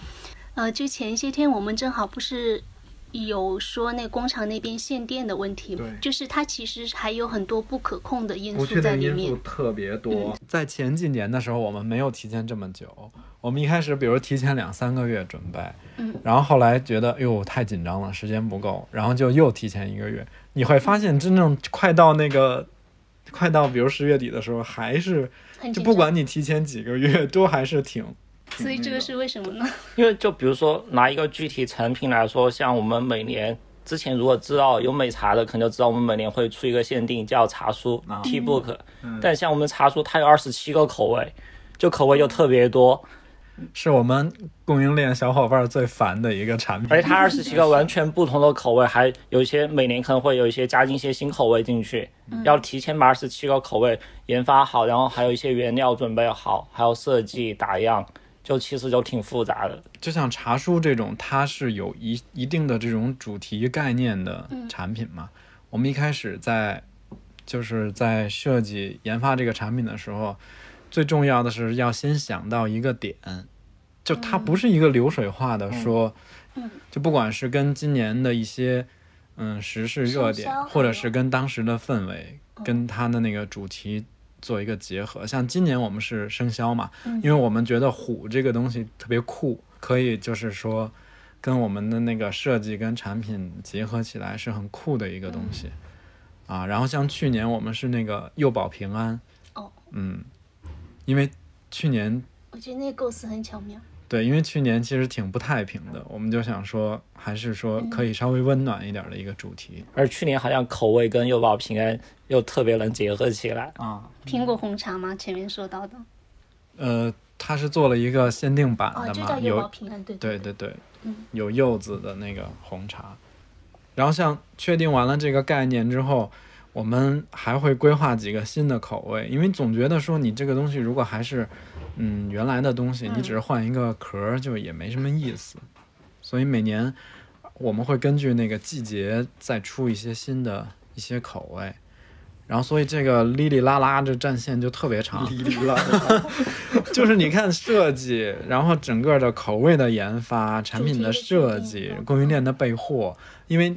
[SPEAKER 4] 呃，就前些天我们正好不是有说那工厂那边限电的问题嘛
[SPEAKER 2] 对，
[SPEAKER 4] 就是它其实还有很多不可控的因
[SPEAKER 2] 不
[SPEAKER 4] 素
[SPEAKER 2] 确
[SPEAKER 4] 在
[SPEAKER 2] 定
[SPEAKER 4] 里
[SPEAKER 2] 因素
[SPEAKER 4] 面。嗯
[SPEAKER 2] 特别多。在前几年的时候，我们没有提前这么久，我们一开始比如提前两三个月准备，
[SPEAKER 4] 嗯
[SPEAKER 2] 然后后来觉得哟太紧张了，时间不够，然后就又提前一个月。你会发现，真正快到那个。快到，比如十月底的时候，还是
[SPEAKER 4] 很
[SPEAKER 2] 就
[SPEAKER 4] 紧
[SPEAKER 2] 不
[SPEAKER 4] 张，
[SPEAKER 2] 管你提前几个月，都还是挺
[SPEAKER 4] 所以这个是为什么呢？
[SPEAKER 3] 因为就比如说拿一个具体产品来说，像我们每年之前如果知道有美茶的，可能就知道我们每年会出一个限定叫茶书 T Book，、但像我们茶书它有二十七个口味，就口味又特别多，
[SPEAKER 2] 是我们供应链小伙伴最烦的一个产品。
[SPEAKER 3] 而且它二十七个完全不同的口味，还有一些每年可能会有一些加进一些新口味进去，要提前把二十七个口味研发好，然后还有一些原料准备好，还有设计打样，就其实就挺复杂的。
[SPEAKER 2] 就像茶书这种，它是有一一定的这种主题概念的产品嘛。我们一开始在就是在设计研发这个产品的时候，最重要的是要先想到一个点，就它不是一个流水化的说，就不管是跟今年的一些嗯时事热点
[SPEAKER 4] 营销，
[SPEAKER 2] 或者是跟当时的氛围，跟它的那个主题做一个结合。像今年我们是生肖嘛，因为我们觉得虎这个东西特别酷，可以就是说跟我们的那个设计跟产品结合起来是很酷的一个东西。啊，然后像去年我们是那个幼保平安，
[SPEAKER 4] 哦，
[SPEAKER 2] 嗯，因为去年
[SPEAKER 4] 我觉得那个构思很巧妙。
[SPEAKER 2] 对，因为去年其实挺不太平的，我们就想说，还是说
[SPEAKER 4] 嗯
[SPEAKER 2] 可以稍微温暖一点的一个主题
[SPEAKER 3] 而去年好像口味跟幼保平安又特别能结合起来。
[SPEAKER 2] 啊。
[SPEAKER 4] 苹果红茶吗？前面说到的。
[SPEAKER 2] 呃，它是做了一个限定版
[SPEAKER 4] 哦，
[SPEAKER 2] 的
[SPEAKER 4] 就
[SPEAKER 2] 嘛，
[SPEAKER 4] 叫
[SPEAKER 2] 有
[SPEAKER 4] 幼保平安，对
[SPEAKER 2] 对对对，有柚子的那个红茶。然后像确定完了这个概念之后，我们还会规划几个新的口味，因为总觉得说你这个东西如果还是嗯原来的东西，你只是换一个壳儿，就也没什么意思。所以每年我们会根据那个季节再出一些新的一些口味。然后，所以这个哩哩啦啦这战线就特别长，
[SPEAKER 1] 哩哩啦啦，
[SPEAKER 2] 就是你看设计，然后整个的口味的研发、产品的设
[SPEAKER 4] 主题的制嗯
[SPEAKER 2] 计
[SPEAKER 4] 定、
[SPEAKER 2] 供应链的备货，因为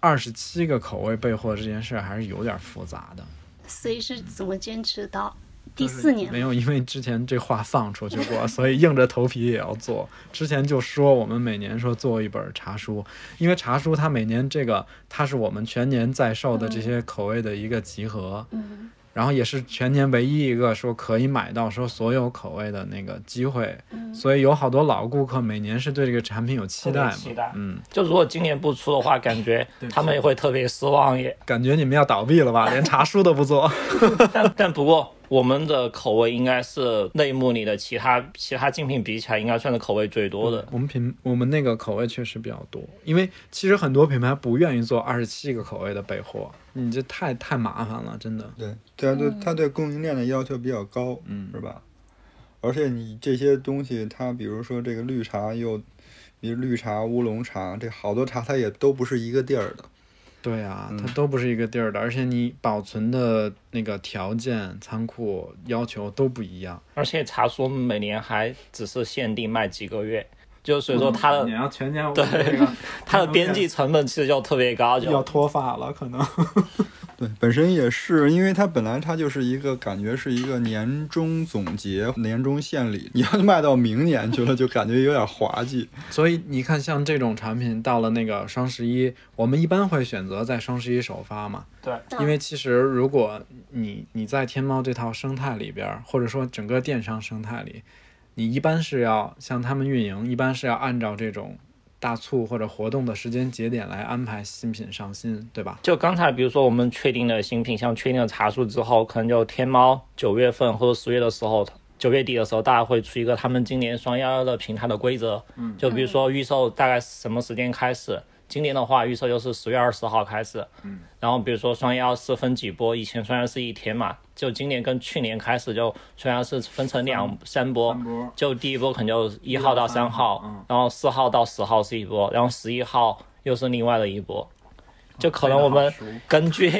[SPEAKER 2] 二十七个口味备货这件事儿还是有点复杂的。
[SPEAKER 4] 所以是怎么坚持到第四年？
[SPEAKER 2] 没有，因为之前这话放出去过，所以硬着头皮也要做。之前就说我们每年说做一本茶书，因为茶书它每年这个它是我们全年在售的这些口味的一个集合，
[SPEAKER 4] 嗯
[SPEAKER 2] 然后也是全年唯一一个说可以买到说所有口味的那个机会，所以有好多老顾客每年是对这个产品有期待嘛，
[SPEAKER 3] 特别期待
[SPEAKER 2] 嗯，
[SPEAKER 3] 就如果今年不出的话，感觉他们也会特别失望耶。
[SPEAKER 2] 感觉你们要倒闭了吧，连茶书都不做，
[SPEAKER 3] 但但不过 我们的口味应该是类目里的其他其他竞品比起来，应该算是口味最多的。
[SPEAKER 2] 我们品我们那个口味确实比较多，因为其实很多品牌不愿意做二十七个口味的备货，你这太太麻烦了，真的。
[SPEAKER 1] 对，对啊，对，它对供应链的要求比较高，
[SPEAKER 2] 嗯
[SPEAKER 1] 是吧？而且你这些东西，它比如说这个绿茶又，比如绿茶、乌龙茶，这好多茶它也都不是一个地儿的。
[SPEAKER 2] 对啊，它都不是一个地儿的，而且你保存的那个条件、仓库要求都不一样。
[SPEAKER 3] 而且茶叔每年还只是限定卖几个月，就所以说它的、
[SPEAKER 2] 你要全嗯年无
[SPEAKER 3] 呃对
[SPEAKER 2] 这个，
[SPEAKER 3] 它的边际成本其实就特别高，就
[SPEAKER 2] 要脱发了，可能。
[SPEAKER 1] 对，本身也是，因为它本来它就是一个感觉是一个年终总结、年终献礼，你要卖到明年去了，就感觉有点滑稽。
[SPEAKER 2] 所以你看，像这种产品到了那个双十一，我们一般会选择在双十一首发嘛，
[SPEAKER 3] 对。
[SPEAKER 2] 因为其实如果你你在天猫这套生态里边儿，或者说整个电商生态里，你一般是要像他们运营，一般是要按照这种大促或者活动的时间节点来安排新品上新，对吧？
[SPEAKER 3] 就刚才，比如说我们确定了新品，像确定了茶树之后，可能就天猫九月份或者十月的时候，九月底的时候，大家会出一个他们今年双幺幺的平台的规则。嗯，就比如说预售大概什么时间开始？今年的话，预售就是十月二十号开始。嗯，然后比如说双幺幺是分几波，以前双幺幺是一天嘛，就今年跟去年开始就双幺幺是分成两三波。
[SPEAKER 2] 波
[SPEAKER 3] 就第一波可能就一号到三号，
[SPEAKER 2] 嗯
[SPEAKER 3] 然后四号到十号是一波，然后十一号又是另外的一波。就可能我们
[SPEAKER 2] 这个好熟
[SPEAKER 3] 根据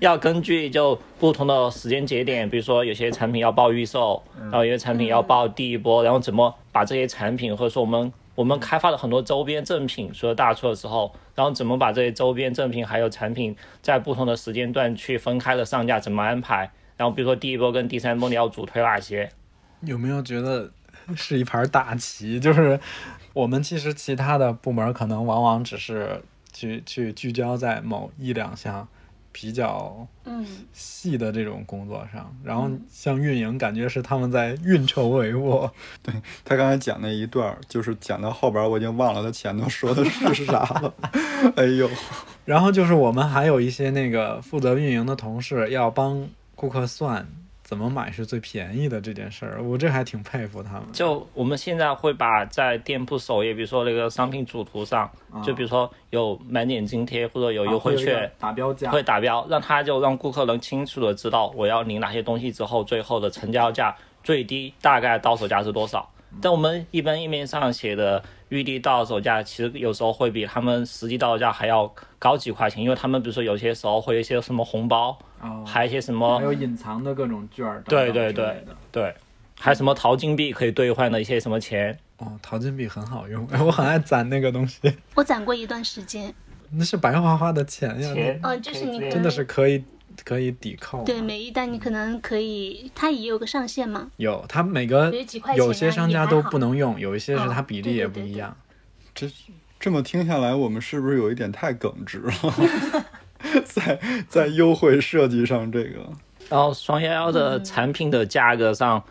[SPEAKER 3] 要根据就不同的时间节点，比如说有些产品要报预售，然后有些产品要报第一波，然后怎么把这些产品或者说我们我们开发的很多周边赠品，除了大促的时候，然后怎么把这些周边赠品还有产品在不同的时间段去分开的上架，怎么安排？然后比如说第一波跟第三波你要主推哪些？
[SPEAKER 2] 有没有觉得是一盘大棋？就是我们其实其他的部门可能往往只是去去聚焦在某一两项比较
[SPEAKER 4] 嗯，
[SPEAKER 2] 细的这种工作上，然后像运营感觉是他们在运筹帷幄。
[SPEAKER 1] 他刚才讲那一段儿，就是讲到后边儿，我已经忘了他前头说的是啥了。 哎呦，
[SPEAKER 2] 然后就是我们还有一些那个负责运营的同事要帮顾客算怎么买是最便宜的这件事儿，我这还挺佩服他们。
[SPEAKER 3] 就我们现在会把在店铺首页，比如说那个商品主图上，就比如说有满减津贴或者有优
[SPEAKER 2] 啊
[SPEAKER 3] 惠券，
[SPEAKER 2] 打标价
[SPEAKER 3] 啊会打标，让他就让顾客能清楚的知道我要领哪些东西之后，最后的成交价最低大概到手价是多少。但我们一般页面上写的预定到手价，其实有时候会比他们实际到手价还要高几块钱，因为他们比如说有些时候会有一些什么红包，哦还有一些什么
[SPEAKER 2] 有隐藏的各种券儿，
[SPEAKER 3] 对对对对，还有什么淘金币可以兑换的一些什么钱。
[SPEAKER 2] 哦，淘金币很好用， 哎我很爱攒那个东西，
[SPEAKER 4] 我攒过一段时间，
[SPEAKER 2] 那是白花花的钱呀，
[SPEAKER 3] 钱，
[SPEAKER 4] 嗯就是你
[SPEAKER 2] 那真的是可以可以抵扣。
[SPEAKER 4] 对，每一单你可能可以，它也有个上限嘛，
[SPEAKER 2] 有它每个
[SPEAKER 4] 比如几块钱啊
[SPEAKER 2] 有些商家都不能用，有一些是
[SPEAKER 4] 也还
[SPEAKER 2] 它
[SPEAKER 4] 好
[SPEAKER 2] 比例也不一样。
[SPEAKER 1] 这这么听下来，我们是不是有一点太耿直了？ 在在优惠设计上，这个
[SPEAKER 3] 然后双幺幺的产品的价格上，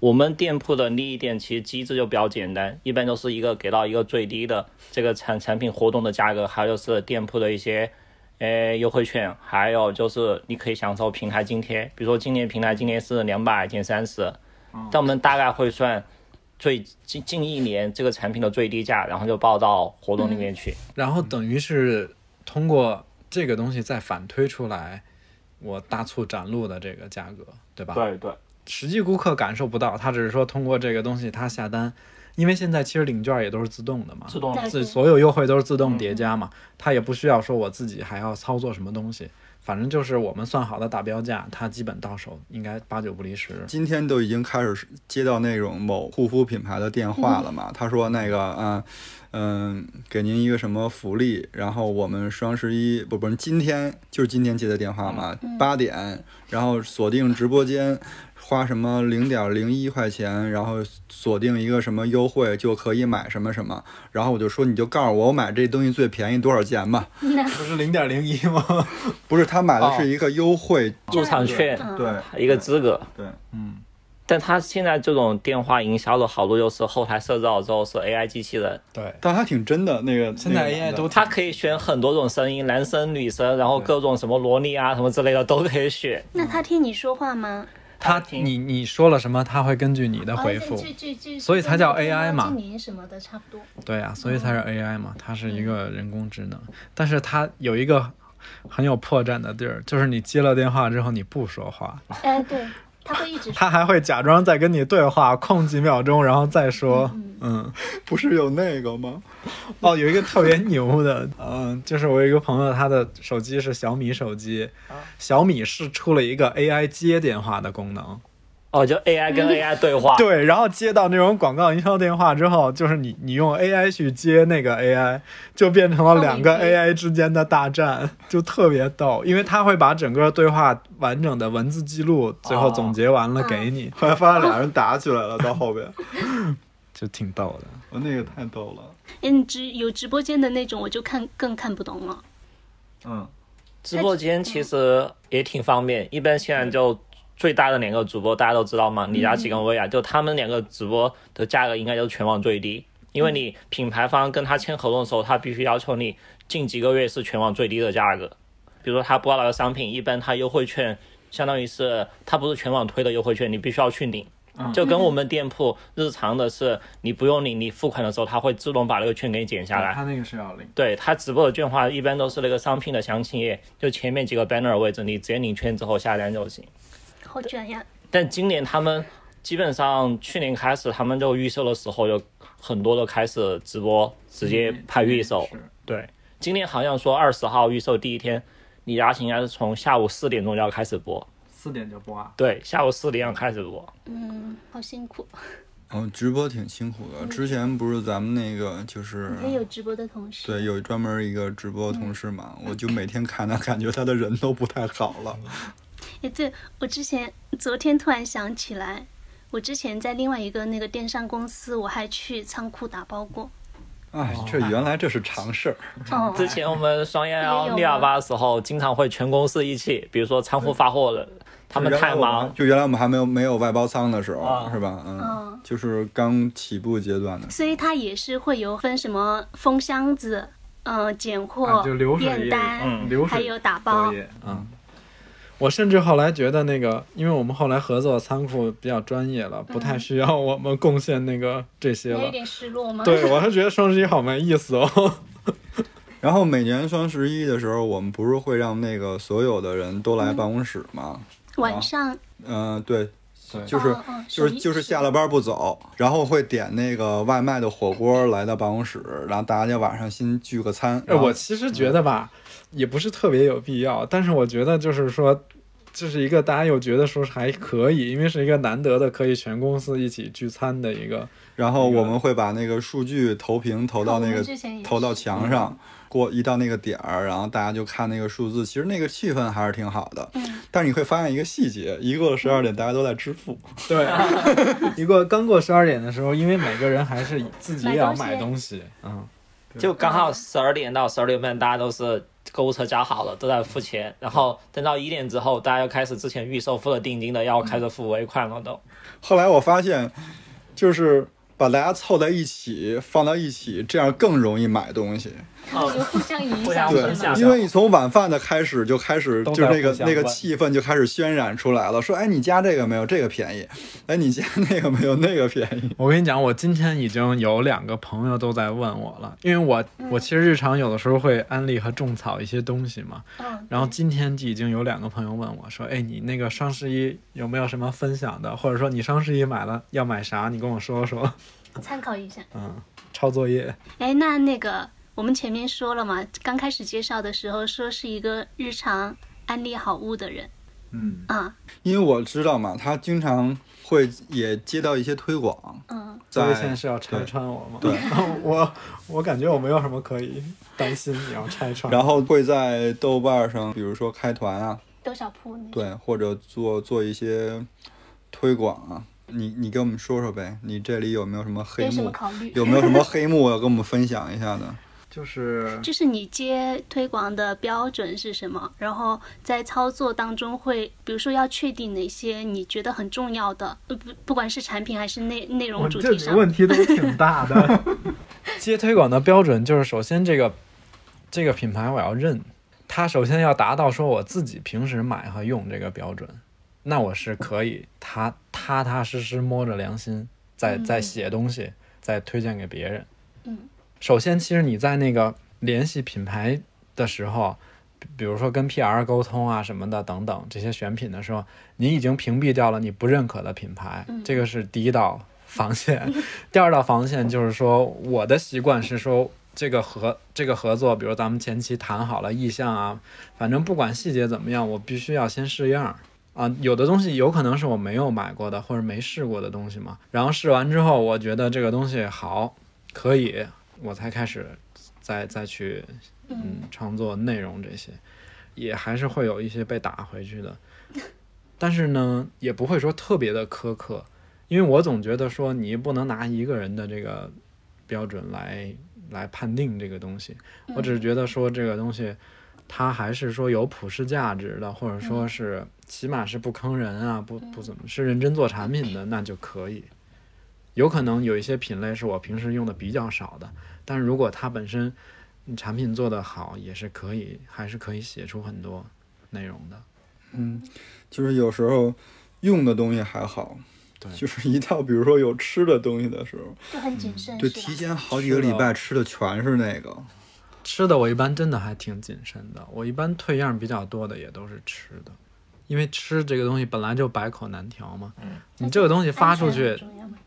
[SPEAKER 3] 我们店铺的利益点其实机制就比较简单，一般都是一个给到一个最低的这个产产品活动的价格，还有就是店铺的一些。呃，优惠券，还有就是你可以享受平台津贴，比如说今年平台津贴是两百减三十，但我们大概会算最近近一年这个产品的最低价，然后就报到活动里面去。
[SPEAKER 2] 然
[SPEAKER 3] 嗯
[SPEAKER 2] 后等于是通过这个东西再反推出来，我大促展露的这个价格，对吧？
[SPEAKER 3] 对对，
[SPEAKER 2] 实际顾客感受不到，他只是说通过这个东西他下单，因为现在其实领券也都是自动的嘛，
[SPEAKER 3] 自动
[SPEAKER 4] 对
[SPEAKER 2] 自所有优惠都是自动叠加嘛，他也不需要说我自己还要操作什么东西，反正就是我们算好的打标价，它基本到手应该八九不离十。
[SPEAKER 1] 今天都已经开始接到那种某护肤品牌的电话了嘛？他说那个啊，嗯、给您一个什么福利，然后我们双十一不不是今天就是今天接的电话嘛，八点，然后锁定直播间。花什么零点零一块钱，然后锁定一个什么优惠就可以买什么什么，然后我就说你就告诉我我买这东西最便宜多少钱吧。
[SPEAKER 2] 不是零点零一吗？
[SPEAKER 1] 不是，他买的
[SPEAKER 2] 哦
[SPEAKER 1] 是一个优惠，
[SPEAKER 3] 入场券
[SPEAKER 4] 嗯
[SPEAKER 1] 对
[SPEAKER 3] 一个资格。
[SPEAKER 1] 对，
[SPEAKER 3] 但他现在这种电话营销的好多就是后台设置好之后是 AI 机器人，
[SPEAKER 2] 对，
[SPEAKER 1] 但他挺真的那个。
[SPEAKER 2] 现在
[SPEAKER 1] 那个
[SPEAKER 2] AI
[SPEAKER 1] 男的
[SPEAKER 2] 都
[SPEAKER 3] 它可以选很多种声音，男生、女生，然后各种什么萝莉啊什么之类的都可以选。
[SPEAKER 4] 那他听你说话吗？
[SPEAKER 2] 他
[SPEAKER 3] 听
[SPEAKER 2] 你你说了什么，他会根据你的回
[SPEAKER 4] 哦
[SPEAKER 2] 复。所以才叫 AI 嘛
[SPEAKER 4] 什么的差不 多。
[SPEAKER 2] 对呀、所以它是 AI 嘛，它是一个人工智能，但是它有一个很有破绽的地儿，就是你接了电话之后你不说话，
[SPEAKER 4] 哎，对，他会一直说。
[SPEAKER 2] 它还会假装在跟你对话，空几秒钟，然后再说。嗯，
[SPEAKER 1] 不是有那个吗？
[SPEAKER 2] 哦，有一个特别牛的，嗯，就是我有一个朋友，他的手机是小米手机，小米是出了一个 AI 接电话的功能。
[SPEAKER 3] 哦，就 AI 跟 AI 对话，
[SPEAKER 2] 对，然后接到那种广告营销电话之后，就是你你用 AI 去接那个 AI，就变成了两个
[SPEAKER 4] 哦明
[SPEAKER 2] AI 之间的大战，就特别逗，因为他会把整个对话完整的文字记录，最后总结完了给你，
[SPEAKER 1] 后来发现俩人打起来了，到后边，
[SPEAKER 2] 就挺逗的。
[SPEAKER 1] 我那个太逗了。
[SPEAKER 4] 哎，你直有直播间的那种，我就看更看不懂了。
[SPEAKER 1] 嗯，
[SPEAKER 3] 直播间其实也挺方便，一般现在就最大的两个主播大家都知道嘛，李佳琦跟薇娅，就他们两个直播的价格应该就是全网最低，因为你品牌方跟他签合同的时候，他必须要求你近几个月是全网最低的价格。比如说他播了个商品，一般他优惠券相当于是他不是全网推的优惠券，你必须要去领。就跟我们店铺日常的是，你不用领，你付款的时候他会自动把那个券给你减下来。
[SPEAKER 2] 那个是要领，
[SPEAKER 3] 对它直播的券的话，一般都是那个商品的详情页，就前面几个 banner 位置，你直接领券之后下单就行。
[SPEAKER 4] 好卷呀！
[SPEAKER 3] 但今年他们基本上去年开始，他们就预售的时候就很多都开始直播，直接拍预售。对，今年好像说二十号预售第一天，李佳琦应该是从下午四点钟就要开始播。
[SPEAKER 2] 四点就播啊。
[SPEAKER 3] 对，下午四点要开始播。
[SPEAKER 4] 嗯，好辛苦。
[SPEAKER 1] 哦，直播挺辛苦的。之前不是咱们那个就是
[SPEAKER 2] 嗯
[SPEAKER 4] 也有直播的同事。
[SPEAKER 1] 对，有专门一个直播同事嘛，我就每天看他，感觉他的人都不太好了。
[SPEAKER 4] 哎，对我之前昨天突然想起来，我之前在另外一个那个电商公司，我还去仓库打包过。
[SPEAKER 1] 哎，这原来这是常事儿。
[SPEAKER 2] 嗯
[SPEAKER 4] 哦，
[SPEAKER 3] 之前我们双幺
[SPEAKER 4] 也有
[SPEAKER 3] 幺
[SPEAKER 4] 吗
[SPEAKER 3] 六二八的时候，经常会全公司一起，比如说仓库发货了，他们
[SPEAKER 1] 原来
[SPEAKER 3] 太
[SPEAKER 1] 我们
[SPEAKER 3] 忙，
[SPEAKER 1] 就原来我们还没有没有外包仓的时候，是吧？嗯，
[SPEAKER 4] 嗯
[SPEAKER 1] 就是刚起步阶段的。
[SPEAKER 4] 所以它也是会有分什么封箱子，嗯，拣货
[SPEAKER 2] 啊就流、水业
[SPEAKER 4] 验单，
[SPEAKER 1] 嗯
[SPEAKER 2] 流水
[SPEAKER 4] 还有打包
[SPEAKER 2] 作。业嗯，我甚至后来觉得那个，因为我们后来合作仓库比较专业了，不太需要我们贡献那个这些了。
[SPEAKER 4] 点失落吗
[SPEAKER 2] 对，我是觉得双十一好没意思哦。
[SPEAKER 1] 然后每年双十一的时候，我们不是会让那个所有的人都来办公室吗？
[SPEAKER 4] 晚上
[SPEAKER 1] 嗯、对，
[SPEAKER 2] 对
[SPEAKER 1] 就是、
[SPEAKER 4] 哦哦
[SPEAKER 1] 就是
[SPEAKER 4] 十一
[SPEAKER 1] 就是下了班不走，然后会点那个外卖的火锅来到办公室，然后大家晚上先聚个餐。
[SPEAKER 2] 哎，
[SPEAKER 1] 然后
[SPEAKER 2] 我其实觉得吧，也不是特别有必要，但是我觉得就是说，这是一个大家又觉得说是还可以，因为是一个难得的可以全公司一起聚餐的一个，
[SPEAKER 1] 然后我们会把那个数据投屏投到那
[SPEAKER 4] 哦我
[SPEAKER 1] 个
[SPEAKER 4] 们之前也是
[SPEAKER 1] 投到墙上，过一到那个点儿，然后大家就看那个数字，其实那个气氛还是挺好的。
[SPEAKER 4] 嗯
[SPEAKER 1] 但是你会发现一个细节，一过了十二点，大家都在支付。
[SPEAKER 2] 对， 一个刚过十二点的时候，因为每个人还是自己也要买东西，嗯，
[SPEAKER 3] 就刚好十二点到十二点半，大家都是购物车加好了，都在付钱，然后等到一点之后，大家又开始之前预售付了定金的，要开始付尾款了都。
[SPEAKER 1] 后来我发现，就是把大家凑在一起，放到一起，这样更容易买东西。
[SPEAKER 4] 就 互相影
[SPEAKER 3] 互相影响
[SPEAKER 1] 对，，因为你从晚饭的开始就开始，
[SPEAKER 2] 都
[SPEAKER 1] 就
[SPEAKER 2] 在
[SPEAKER 1] 那个
[SPEAKER 2] 互相
[SPEAKER 1] 那个
[SPEAKER 2] 问
[SPEAKER 1] 气氛就开始渲染出来了。说，哎，你加这个没有？这个便宜。哎，你加那个没有？那个便宜。
[SPEAKER 2] 我跟你讲，我今天已经有两个朋友都在问我了，因为我我其实日常有的时候会安利和种草一些东西嘛，
[SPEAKER 4] 嗯
[SPEAKER 2] 然后今天就已经有两个朋友问我说，哎，你那个双十一有没有什么分享的，或者说你双十一买了要买啥，你跟我说说，
[SPEAKER 4] 参考一下。
[SPEAKER 2] 嗯，抄作业，
[SPEAKER 4] 哎，那那个我们前面说了嘛，刚开始介绍的时候说是一个日常安利好物的人
[SPEAKER 2] 嗯，
[SPEAKER 4] 啊，
[SPEAKER 1] 因为我知道嘛，他经常会也接到一些推广，
[SPEAKER 4] 嗯，
[SPEAKER 2] 作业
[SPEAKER 1] 在
[SPEAKER 2] 现在是要拆
[SPEAKER 1] 对
[SPEAKER 2] 穿我吗？
[SPEAKER 1] 对，
[SPEAKER 2] 我我感觉我没有什么可以担心你要拆穿，
[SPEAKER 1] 然后会在豆瓣上，比如说开团啊，
[SPEAKER 4] 多少铺那种
[SPEAKER 1] 对，或者做做一些推广啊。你你给我们说说呗，你这里有没有什么黑
[SPEAKER 4] 有什么
[SPEAKER 1] 幕？
[SPEAKER 4] 考虑？
[SPEAKER 1] 有没有什么黑幕要跟我们分享一下的？
[SPEAKER 2] 就是
[SPEAKER 4] 就是你接推广的标准是什么？然后在操作当中会，比如说要确定哪些你觉得很重要的，呃不不管是产品还是内内容主题上，嗯
[SPEAKER 2] 题都挺大的。接推广的标准就是，首先这个这个品牌我要认，它首先要达到说我自己平时买和用这个标准。那我是可以踏踏踏实实摸着良心在在写东西，再推荐给别人。
[SPEAKER 4] 嗯，
[SPEAKER 2] 首先，其实你在那个联系品牌的时候，比比如说跟 PR 沟通啊什么的等等这些选品的时候，你已经屏蔽掉了你不认可的品牌，这个是第一道防线。第二道防线就是说，我的习惯是说。这个合这个合作，比如咱们前期谈好了意向啊，反正不管细节怎么样，我必须要先试样儿啊。有的东西有可能是我没有买过的或者没试过的东西嘛。然后试完之后，我觉得这个东西好，可以，我才开始再再去嗯创作内容这些，也还是会有一些被打回去的。但是呢，也不会说特别的苛刻，因为我总觉得说你不能拿一个人的这个标准来来判定这个东西。我只是觉得说这个东西，它还是说有普世价值的，或者说是起码是不坑人啊，不不怎么是认真做产品的，那就可以。有可能有一些品类是我平时用的比较少的，但是如果它本身嗯产品做得好，也是可以，还是可以写出很多内容的。
[SPEAKER 1] 就是有时候用的东西还好，
[SPEAKER 2] 对
[SPEAKER 1] 就是一到比如说有吃的东西的时候，
[SPEAKER 4] 就很谨慎，
[SPEAKER 1] 嗯就是
[SPEAKER 4] 吧
[SPEAKER 1] 提前好几个礼拜吃的全是那个，
[SPEAKER 2] 吃的我一般真的还挺谨慎的，我一般退样比较多的也都是吃的，因为吃这个东西本来就百口难调嘛。你这个东西发出
[SPEAKER 4] 安
[SPEAKER 2] 去
[SPEAKER 4] 全，很重要嘛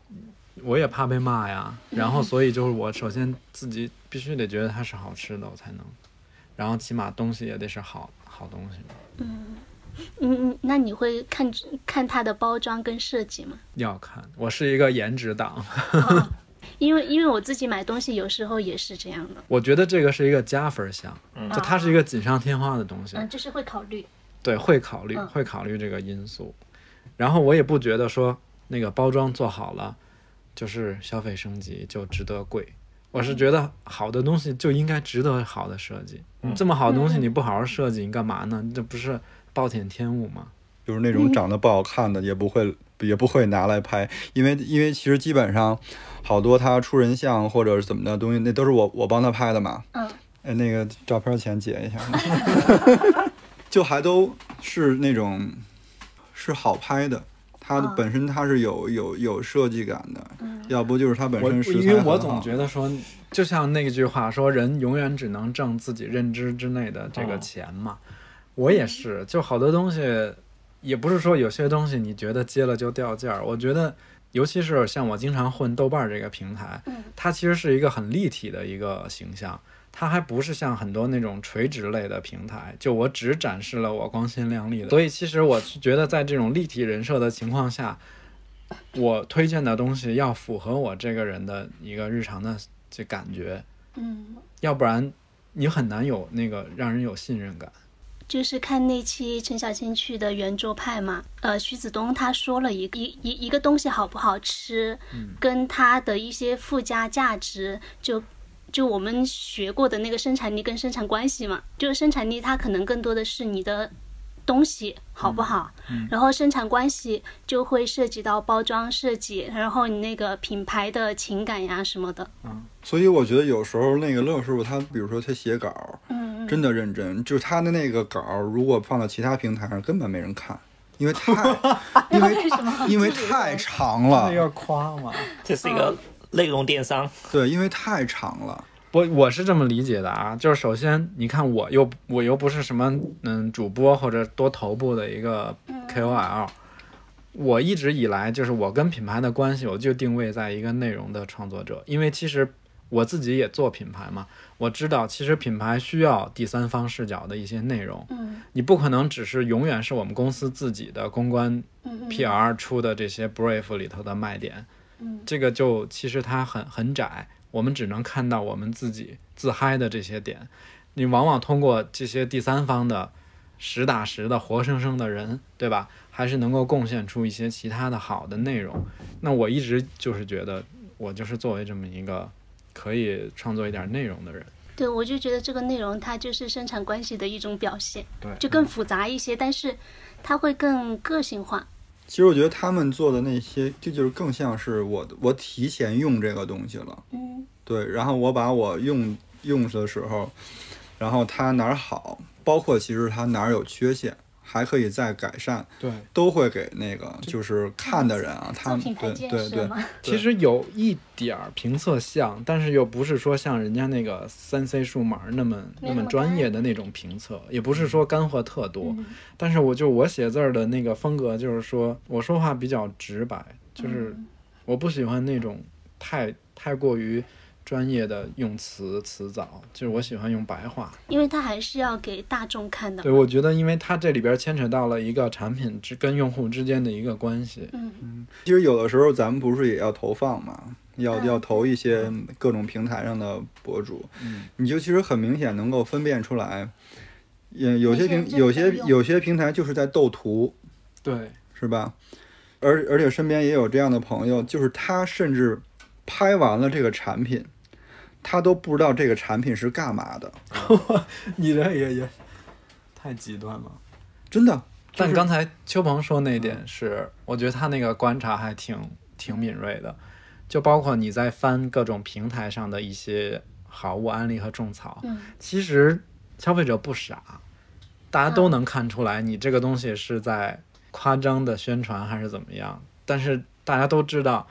[SPEAKER 2] 我也怕被骂呀。然后所以就是我首先自己必须得觉得它是好吃的，我才能。然后起码东西也得是好好东西嘛，
[SPEAKER 4] 嗯嗯，那你会看看它的包装跟设计吗？
[SPEAKER 2] 要看。我是一个颜值党，
[SPEAKER 4] 因为因为我自己买东西有时候也是这样的，
[SPEAKER 2] 我觉得这个是一个加分项，就它是一个锦上添花的东西。
[SPEAKER 4] 嗯，就是会考虑，
[SPEAKER 2] 对，会考虑，
[SPEAKER 4] 嗯
[SPEAKER 2] 会考虑这个因素。然后我也不觉得说那个包装做好了就是消费升级就值得贵，我是觉得好的东西就应该值得好的设计。你这么好的东西你不好好设计，你干嘛呢？这不是暴殄天物吗？
[SPEAKER 1] 就是那种长得不好看的也不会也不会拿来拍，因为因为其实基本上好多他出人像或者是怎么的东西，那都是我我帮他拍的嘛。
[SPEAKER 4] 嗯，
[SPEAKER 1] 哎，那个照片钱结一下，就还都是那种是好拍的。它的本身它是有有有设计感的，要不就是它本
[SPEAKER 2] 我
[SPEAKER 1] 身食材
[SPEAKER 2] 因为我
[SPEAKER 1] 很
[SPEAKER 2] 总
[SPEAKER 1] 好
[SPEAKER 2] 觉得说，就像那句话说，人永远只能挣自己认知之内的
[SPEAKER 1] 哦
[SPEAKER 2] 这个钱嘛。我也是，就好多东西，也不是说有些东西你觉得接了就掉价儿。我觉得，尤其是像我经常混豆瓣儿这个平台，它其实是一个很立体的一个形象。它还不是像很多那种垂直类的平台，就我只展示了我光鲜亮丽的，所以其实我是觉得在这种立体人设的情况下，我推荐的东西要符合我这个人的一个日常的这感觉，
[SPEAKER 4] 嗯，
[SPEAKER 2] 要不然你很难有那个让人有信任感。
[SPEAKER 4] 就是看那期陈小青去的圆桌派嘛，呃，徐子东他说了一一一一个东西好不好吃，跟它的一些附加价值，就就我们学过的那个生产力跟生产关系嘛，就是生产力它可能更多的是你的东西好不好，然后生产关系就会涉及到包装设计，然后你那个品牌的情感呀什么的，
[SPEAKER 1] 所以我觉得有时候那个乐师傅他，比如说他写稿，
[SPEAKER 4] 嗯
[SPEAKER 1] 真的认真，就是他的那个稿儿，如果放到其他平台上，根本没人看，因为 太，因为因为太长 了，
[SPEAKER 2] 夸嘛，
[SPEAKER 3] 这是一
[SPEAKER 2] 嗯
[SPEAKER 3] 个内容电商，
[SPEAKER 1] 对，因为太长了，
[SPEAKER 2] 我我是这么理解的啊，就是首先你看我又我又不是什么嗯主播或者多头部的一个 KOL，我一直以来就是我跟品牌的关系，我就定位在一个内容的创作者，因为其实我自己也做品牌嘛，我知道其实品牌需要第三方视角的一些内容，
[SPEAKER 4] 嗯
[SPEAKER 2] 你不可能只是永远是我们公司自己的公关
[SPEAKER 4] 嗯
[SPEAKER 2] PR 出的这些 brief 里头的卖点，
[SPEAKER 4] 嗯
[SPEAKER 2] 这个就其实它很很窄，我们只能看到我们自己自嗨的这些点。你往往通过这些第三方的实打实的活生生的人，对吧？还是能够贡献出一些其他的好的内容。那我一直就是觉得，我就是作为这么一个可以创作一点内容的人，
[SPEAKER 4] 对，我就觉得这个内容它就是生产关系的一种表现，
[SPEAKER 2] 对
[SPEAKER 4] 就更复杂一些，但是它会更个性化。
[SPEAKER 1] 其实我觉得他们做的那些，这就是更像是我我提前用这个东西了，
[SPEAKER 4] 嗯
[SPEAKER 1] 对，然后我把我用用的时候，然后它哪儿好，包括其实它哪儿有缺陷，还可以再改善，
[SPEAKER 2] 对，
[SPEAKER 1] 都会给那个就是看的人啊，他
[SPEAKER 4] 嗯作
[SPEAKER 1] 们
[SPEAKER 4] 品
[SPEAKER 1] 对
[SPEAKER 4] 牌建
[SPEAKER 1] 对
[SPEAKER 4] 设
[SPEAKER 1] 对
[SPEAKER 4] 吗？
[SPEAKER 2] 其实有一点儿评测像，但是又不是说像人家那个三 C 数码那么那
[SPEAKER 4] 没那
[SPEAKER 2] 么嗯
[SPEAKER 4] 么
[SPEAKER 2] 专
[SPEAKER 4] 干
[SPEAKER 2] 业的那种评测，也不是说干货特多。
[SPEAKER 4] 嗯
[SPEAKER 2] 但是我就我写字儿的那个风格，就是说我说话比较直白，就是我不喜欢那种太太过于专业的用词词藻，就是我喜欢用白话。
[SPEAKER 4] 因为它还是要给大众看的
[SPEAKER 2] 对，
[SPEAKER 4] 嘛。
[SPEAKER 2] 我觉得因为它这里边牵扯到了一个产品之跟用户之间的一个关系，
[SPEAKER 4] 嗯，
[SPEAKER 1] 其实有的时候咱们不是也要投放嘛，要、
[SPEAKER 4] 嗯
[SPEAKER 1] 要投一些各种平台上的博主，你就其实很明显能够分辨出来，也有些
[SPEAKER 4] 哪
[SPEAKER 1] 平
[SPEAKER 4] 些人
[SPEAKER 1] 有些
[SPEAKER 4] 真的有
[SPEAKER 1] 有些平台就是在斗图，
[SPEAKER 2] 对，
[SPEAKER 1] 是吧？而而且身边也有这样的朋友，就是他甚至拍完了这个产品，他都不知道这个产品是干嘛的，
[SPEAKER 2] 你这也也太极端了。
[SPEAKER 1] 真的。
[SPEAKER 2] 但刚才邱鹏说那一点是，我觉得他那个观察还挺挺敏锐的，就包括你在翻各种平台上的一些好物案例和种草，
[SPEAKER 4] 嗯
[SPEAKER 2] 其实消费者不傻，大家都能看出来你这个东西是在夸张的宣传还是怎么样，但是大家都知道。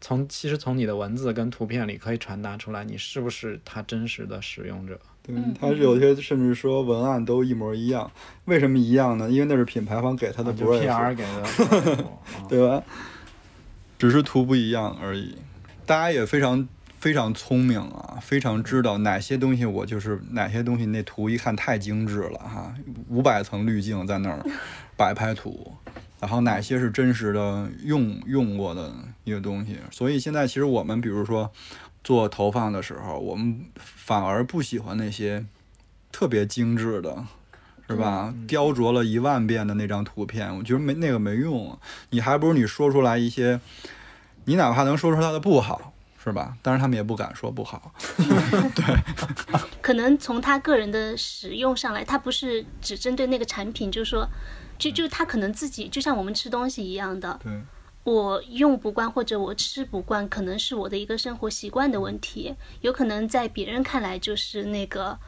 [SPEAKER 2] 从其实从你的文字跟图片里可以传达出来，你是不是它真实的使用者？
[SPEAKER 1] 对
[SPEAKER 4] 嗯，
[SPEAKER 1] 他是有些甚至说文案都一模一样，为什么一样呢？因为那是品牌方给他的
[SPEAKER 2] 啊就
[SPEAKER 1] brand，、
[SPEAKER 2] PR 给的嗯
[SPEAKER 1] 对吧？啊只是图不一样而已。大家也非常非常聪明啊，非常知道哪些东西我就是哪些东西，那图一看太精致了哈，五百层滤镜在那儿 摆拍图，然后哪些是真实的用用过的一个东西。所以现在其实我们比如说做投放的时候，我们反而不喜欢那些特别精致的。是吧？雕琢了一万遍的那张图片，我觉得没那个没用、啊你还不如你说出来一些，你哪怕能说出它的不好，是吧？但是他们也不敢说不好。
[SPEAKER 4] 可能从他个人的使用上来，他不是只针对那个产品，就是说，就就他可能自己就像我们吃东西一样的，
[SPEAKER 1] 对，
[SPEAKER 4] 我用不惯或者我吃不惯，可能是我的一个生活习惯的问题，有可能在别人看来就是那个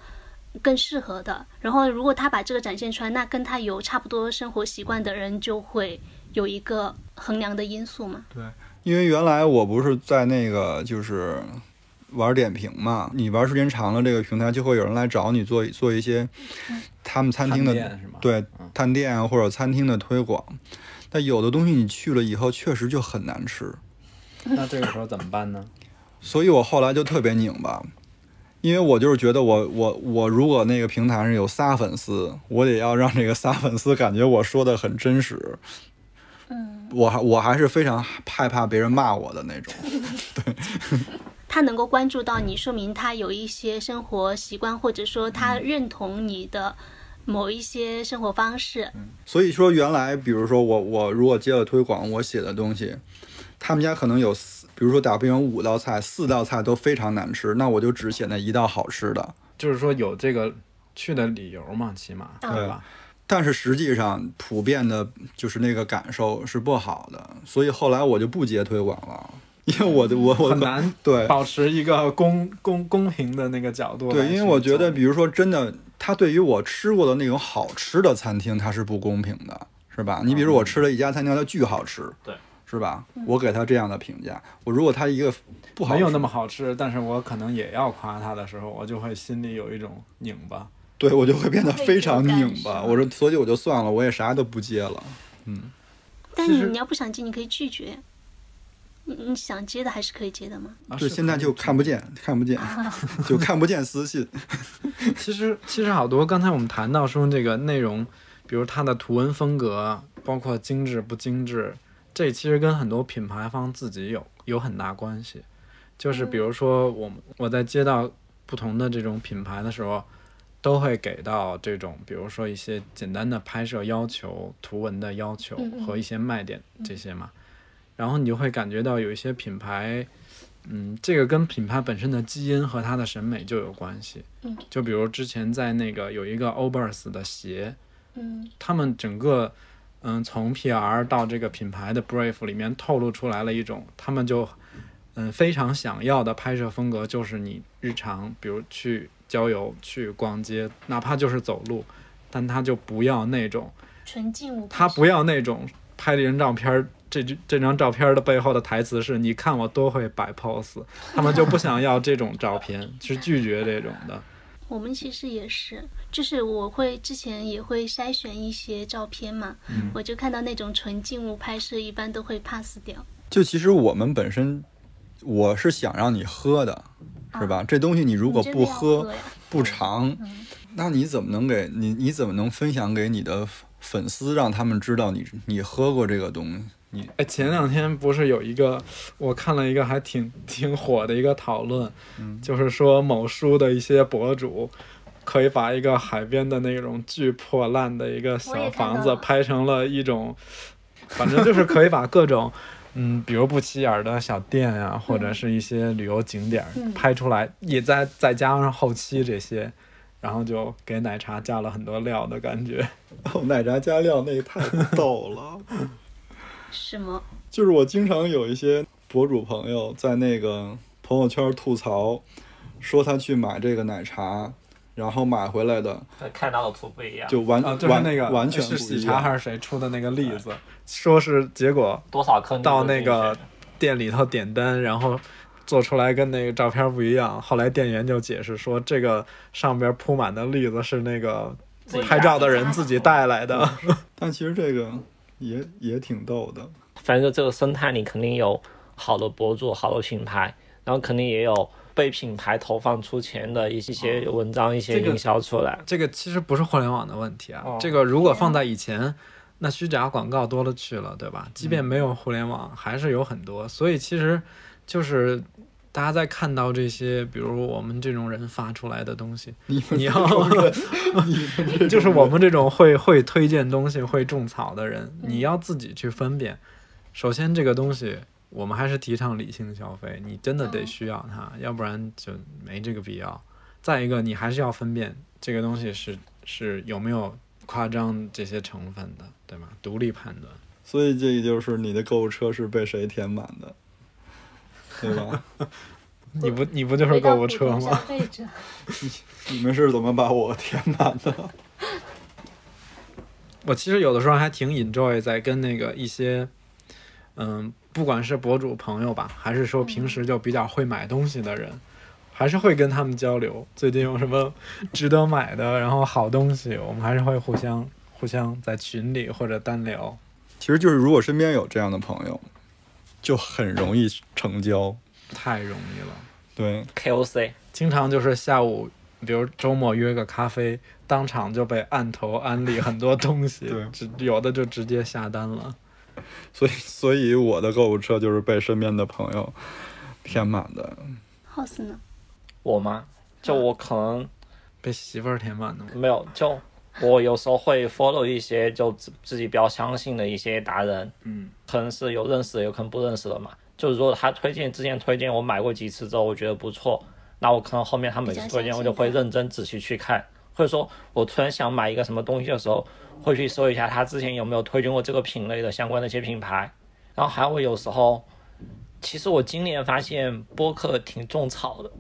[SPEAKER 4] 更适合的。然后如果他把这个展现出来，那跟他有差不多生活习惯的人就会有一个衡量的因素嘛。
[SPEAKER 1] 因为原来我不是在那个就是玩点评嘛，你玩时间长了，这个平台就会有人来找你做做一些他们餐厅的
[SPEAKER 2] 探店嗯是吗
[SPEAKER 1] 对探店啊或者餐厅的推广。但有的东西你去了以后，确实就很难吃。
[SPEAKER 2] 那这个时候怎么办呢？
[SPEAKER 1] 所以我后来就特别拧巴，因为我就是觉得我我我如果那个平台上有仨粉丝，我得要让这个仨粉丝感觉我说的很真实。嗯，我还我还是非常害怕别人骂我的那种。
[SPEAKER 4] 他能够关注到你，说明他有一些生活习惯，或者说
[SPEAKER 2] 嗯
[SPEAKER 4] 他认同你的某一些生活方式。
[SPEAKER 2] 嗯
[SPEAKER 1] 所以说，原来比如说我我如果接了推广，我写的东西，他们家可能有四，比如说打比方五道菜，四道菜都非常难吃，那我就只写那一道好吃的。
[SPEAKER 2] 就是说有这个去的理由嘛，起码
[SPEAKER 4] 嗯
[SPEAKER 2] 对吧？
[SPEAKER 1] 但是实际上，普遍的就是那个感受是不好的，所以后来我就不接推广了， 因为我的我我
[SPEAKER 2] 嗯很难
[SPEAKER 1] 对
[SPEAKER 2] 保持一个公公公平的那个角度来去做。
[SPEAKER 1] 对，因为我觉得，比如说真的，它对于我吃过的那种好吃的餐厅，它是不公平的，是吧？
[SPEAKER 2] 嗯
[SPEAKER 1] 你比如我吃了一家餐厅，它巨好吃，
[SPEAKER 3] 对，
[SPEAKER 1] 是吧？我给它这样的评价，我如果它一个不好吃，
[SPEAKER 2] 没有那么好吃，但是我可能也要夸它的时候，我就会心里有一种拧巴。
[SPEAKER 1] 对我就会变得
[SPEAKER 4] 愧疚
[SPEAKER 1] 非常
[SPEAKER 4] 感
[SPEAKER 1] 拧巴，
[SPEAKER 4] 是吧
[SPEAKER 1] 我说，所以我就算了，我也啥都不接了。
[SPEAKER 4] 但
[SPEAKER 2] 其
[SPEAKER 4] 你
[SPEAKER 2] 实
[SPEAKER 4] 你要不想接，你可以拒绝。你你想接的还是可以接的吗？
[SPEAKER 2] 啊
[SPEAKER 1] 对，
[SPEAKER 2] 是
[SPEAKER 1] 现在
[SPEAKER 2] 可以
[SPEAKER 1] 就看不见，看不见， 就看不见私信。
[SPEAKER 2] 其实其实好多，刚才我们谈到说这个内容，比如它的图文风格，包括精致不精致，这其实跟很多品牌方自己有有很大关系。就是
[SPEAKER 4] 嗯
[SPEAKER 2] 比如说我们我在接到不同的这种品牌的时候，都会给到这种，比如说一些简单的拍摄要求、图文的要求
[SPEAKER 4] 嗯嗯
[SPEAKER 2] 和一些卖点这些嘛。然后你就会感觉到有一些品牌，嗯，这个跟品牌本身的基因和它的审美就有关系。
[SPEAKER 4] 嗯，
[SPEAKER 2] 就比如之前在那个有一个 Obers 的鞋，
[SPEAKER 4] 嗯
[SPEAKER 2] 他们整个嗯从 PR 到这个品牌的 brief 里面透露出来了一种，他们就嗯非常想要的拍摄风格，就是你日常比如去郊游、去逛街，哪怕就是走路，但他就不要那种
[SPEAKER 5] 纯净无。
[SPEAKER 2] 他不要那种拍了一张照片儿，这句这张照片儿的背后的台词是“你看我多会摆 pose”，他们就不想要这种照片，是拒绝这种的。
[SPEAKER 4] 我们其实也是，就是我会之前也会筛选一些照片嘛，我就看到那种纯静物拍摄，一般都会 pass 掉。
[SPEAKER 1] 就其实我们本身，我是想让你喝的，是吧？这东西你如果
[SPEAKER 5] 啊你真
[SPEAKER 1] 不
[SPEAKER 5] 的要喝嗯呀
[SPEAKER 1] 不尝，嗯那你怎么能给你你怎么能分享给你的粉丝，让他们知道你你喝过这个东西？你
[SPEAKER 2] 哎，前两天不是有一个，我看了一个还挺 挺火的一个讨论，就是说某书的一些博主。可以把一个海边的那种巨破烂的一个
[SPEAKER 5] 我
[SPEAKER 2] 小
[SPEAKER 5] 也看到
[SPEAKER 2] 房子
[SPEAKER 5] 了
[SPEAKER 2] 拍成了一种，反正就是可以把各种，嗯，比如不起眼儿的小店啊，或
[SPEAKER 5] 嗯
[SPEAKER 2] 者是一些旅游景点儿拍出来，也再再加上后期这些，然后就给奶茶加了很多料的感觉。
[SPEAKER 1] 哦，奶茶加料那太逗了。
[SPEAKER 4] 什么？
[SPEAKER 1] 就是我经常有一些博主朋友在那个朋友圈吐槽，说他去买这个奶茶，然后买回来的
[SPEAKER 3] 看到的图不一样，
[SPEAKER 1] 就完、
[SPEAKER 2] 啊，
[SPEAKER 1] 完
[SPEAKER 2] 就是那个
[SPEAKER 1] 完全
[SPEAKER 2] 是
[SPEAKER 1] 不
[SPEAKER 2] 喜
[SPEAKER 1] 一
[SPEAKER 2] 茶还
[SPEAKER 1] 样。
[SPEAKER 2] 是谁出的那个例子，哎说是结果
[SPEAKER 3] 多少坑
[SPEAKER 2] 到
[SPEAKER 3] 都是
[SPEAKER 2] 那
[SPEAKER 3] 进去的
[SPEAKER 2] 个店里头点单，然后做出来跟那个照片不一样。后来店员就解释说，这个上边铺满的栗子是那个
[SPEAKER 3] 自己
[SPEAKER 2] 拍照的
[SPEAKER 3] 打
[SPEAKER 2] 人自己带来的。
[SPEAKER 1] 但其实这个也也挺逗的。
[SPEAKER 3] 反正这个生态里肯定有好的博主、好的品牌，然后肯定也有被品牌投放出钱的一些文章、一些
[SPEAKER 2] 这个
[SPEAKER 3] 营销出来。
[SPEAKER 2] 这个其实不是互联网的问题啊，
[SPEAKER 3] 哦
[SPEAKER 2] 这个如果放在以前，那虚假广告多了去了，对吧？即便没有互联网，还是有很多。所以其实就是大家在看到这些，比如我们这种人发出来的东西， 你要就是我们这种会会推荐东西、会种草的人，
[SPEAKER 5] 嗯
[SPEAKER 2] 你要自己去分辨。首先，这个东西。我们还是提倡理性消费，你真的
[SPEAKER 5] 嗯
[SPEAKER 2] 得需要它，要不然就没这个必要。再一个，你还是要分辨这个东西是是有没有夸张这些成分的，对吗？独立判断。
[SPEAKER 1] 所以这就是你的购物车是被谁填满的，对吧？
[SPEAKER 2] 你不你不就是
[SPEAKER 5] 回
[SPEAKER 2] 购
[SPEAKER 5] 到
[SPEAKER 2] 物
[SPEAKER 5] 普
[SPEAKER 2] 车
[SPEAKER 5] 通消
[SPEAKER 2] 吗？
[SPEAKER 5] 费者，
[SPEAKER 1] 你们是怎么把我填满的？
[SPEAKER 2] 我其实有的时候还挺 enjoy 在跟那个一些，嗯，不管是博主朋友吧，还是说平时就比较会买东西的人，还是会跟他们交流，最近有什么值得买的，然后好东西，我们还是会互相互相在群里或者单聊。
[SPEAKER 1] 其实就是如果身边有这样的朋友，就很容易成交。
[SPEAKER 2] 太容易了。
[SPEAKER 1] 对，
[SPEAKER 3] KOC
[SPEAKER 2] 经常就是下午，比如周末约个咖啡，当场就被按头安利很多东西
[SPEAKER 1] 对，
[SPEAKER 2] 只有的就直接下单了。
[SPEAKER 1] 所以所以我的购物车就是被身边的朋友填满的。
[SPEAKER 4] house 呢？
[SPEAKER 3] 我吗？就我可能
[SPEAKER 2] 被媳妇儿填满的吗？
[SPEAKER 3] 没有，就我有时候会 follow 一些就自自己比较相信的一些达人，
[SPEAKER 2] 嗯，
[SPEAKER 3] 可能是有认识的，有可能不认识的嘛。就如果他推荐之前推荐我买过几次之后，我觉得不错，那我可能后面他每次推
[SPEAKER 4] 比
[SPEAKER 3] 荐
[SPEAKER 4] 较相信他
[SPEAKER 3] 我就会认真仔细去看，或者说我突然想买一个什么东西的时候，会去搜一下他之前有没有推荐过这个品类的相关的一些品牌。然后还有我有时候，其实我今年发现播客挺种草的，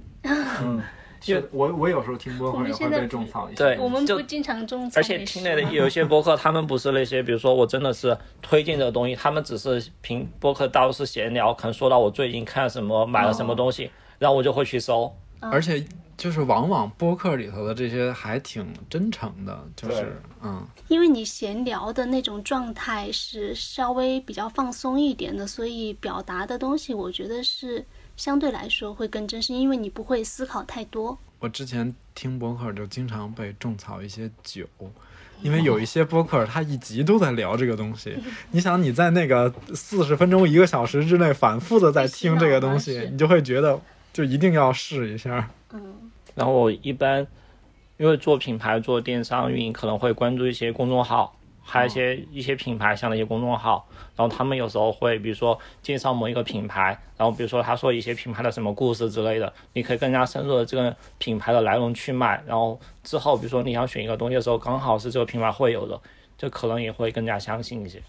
[SPEAKER 2] 就我我有时候听播
[SPEAKER 4] 客我们也会现在被种
[SPEAKER 2] 草一下。
[SPEAKER 3] 对，
[SPEAKER 4] 我们
[SPEAKER 3] 就
[SPEAKER 4] 不经常种草，
[SPEAKER 3] 而且
[SPEAKER 4] 没事
[SPEAKER 3] 听的有一些播客，他们不是那些，比如说我真的是推荐的东西，他们只是凭播客倒是闲聊，可能说到我最近看什么买了什么东西，然后我就会去搜。
[SPEAKER 2] 而且就是往往播客里头的这些还挺真诚的，就是嗯，
[SPEAKER 4] 因为你闲聊的那种状态是稍微比较放松一点的，所以表达的东西我觉得是相对来说会更真实，因为你不会思考太多。
[SPEAKER 2] 我之前听播客就经常被种草一些酒，因为有一些播客他一集都在聊这个东西。你想你在那个四十分钟一个小时之内反复的在听这个东
[SPEAKER 5] 被洗脑
[SPEAKER 2] 西
[SPEAKER 5] 了，是
[SPEAKER 2] 你就会觉得就一定要试一下。
[SPEAKER 3] 然后我一般因为做品牌、做电商运营，可能会关注一些公众号，还有一些、一些品牌像的一些公众号，然后他们有时候会比如说介绍某一个品牌，然后比如说他说一些品牌的什么故事之类的，你可以更加深入的这个品牌的来龙去脉，然后之后比如说你想选一个东西的时候，刚好是这个品牌会有的，就可能也会更加相信一些。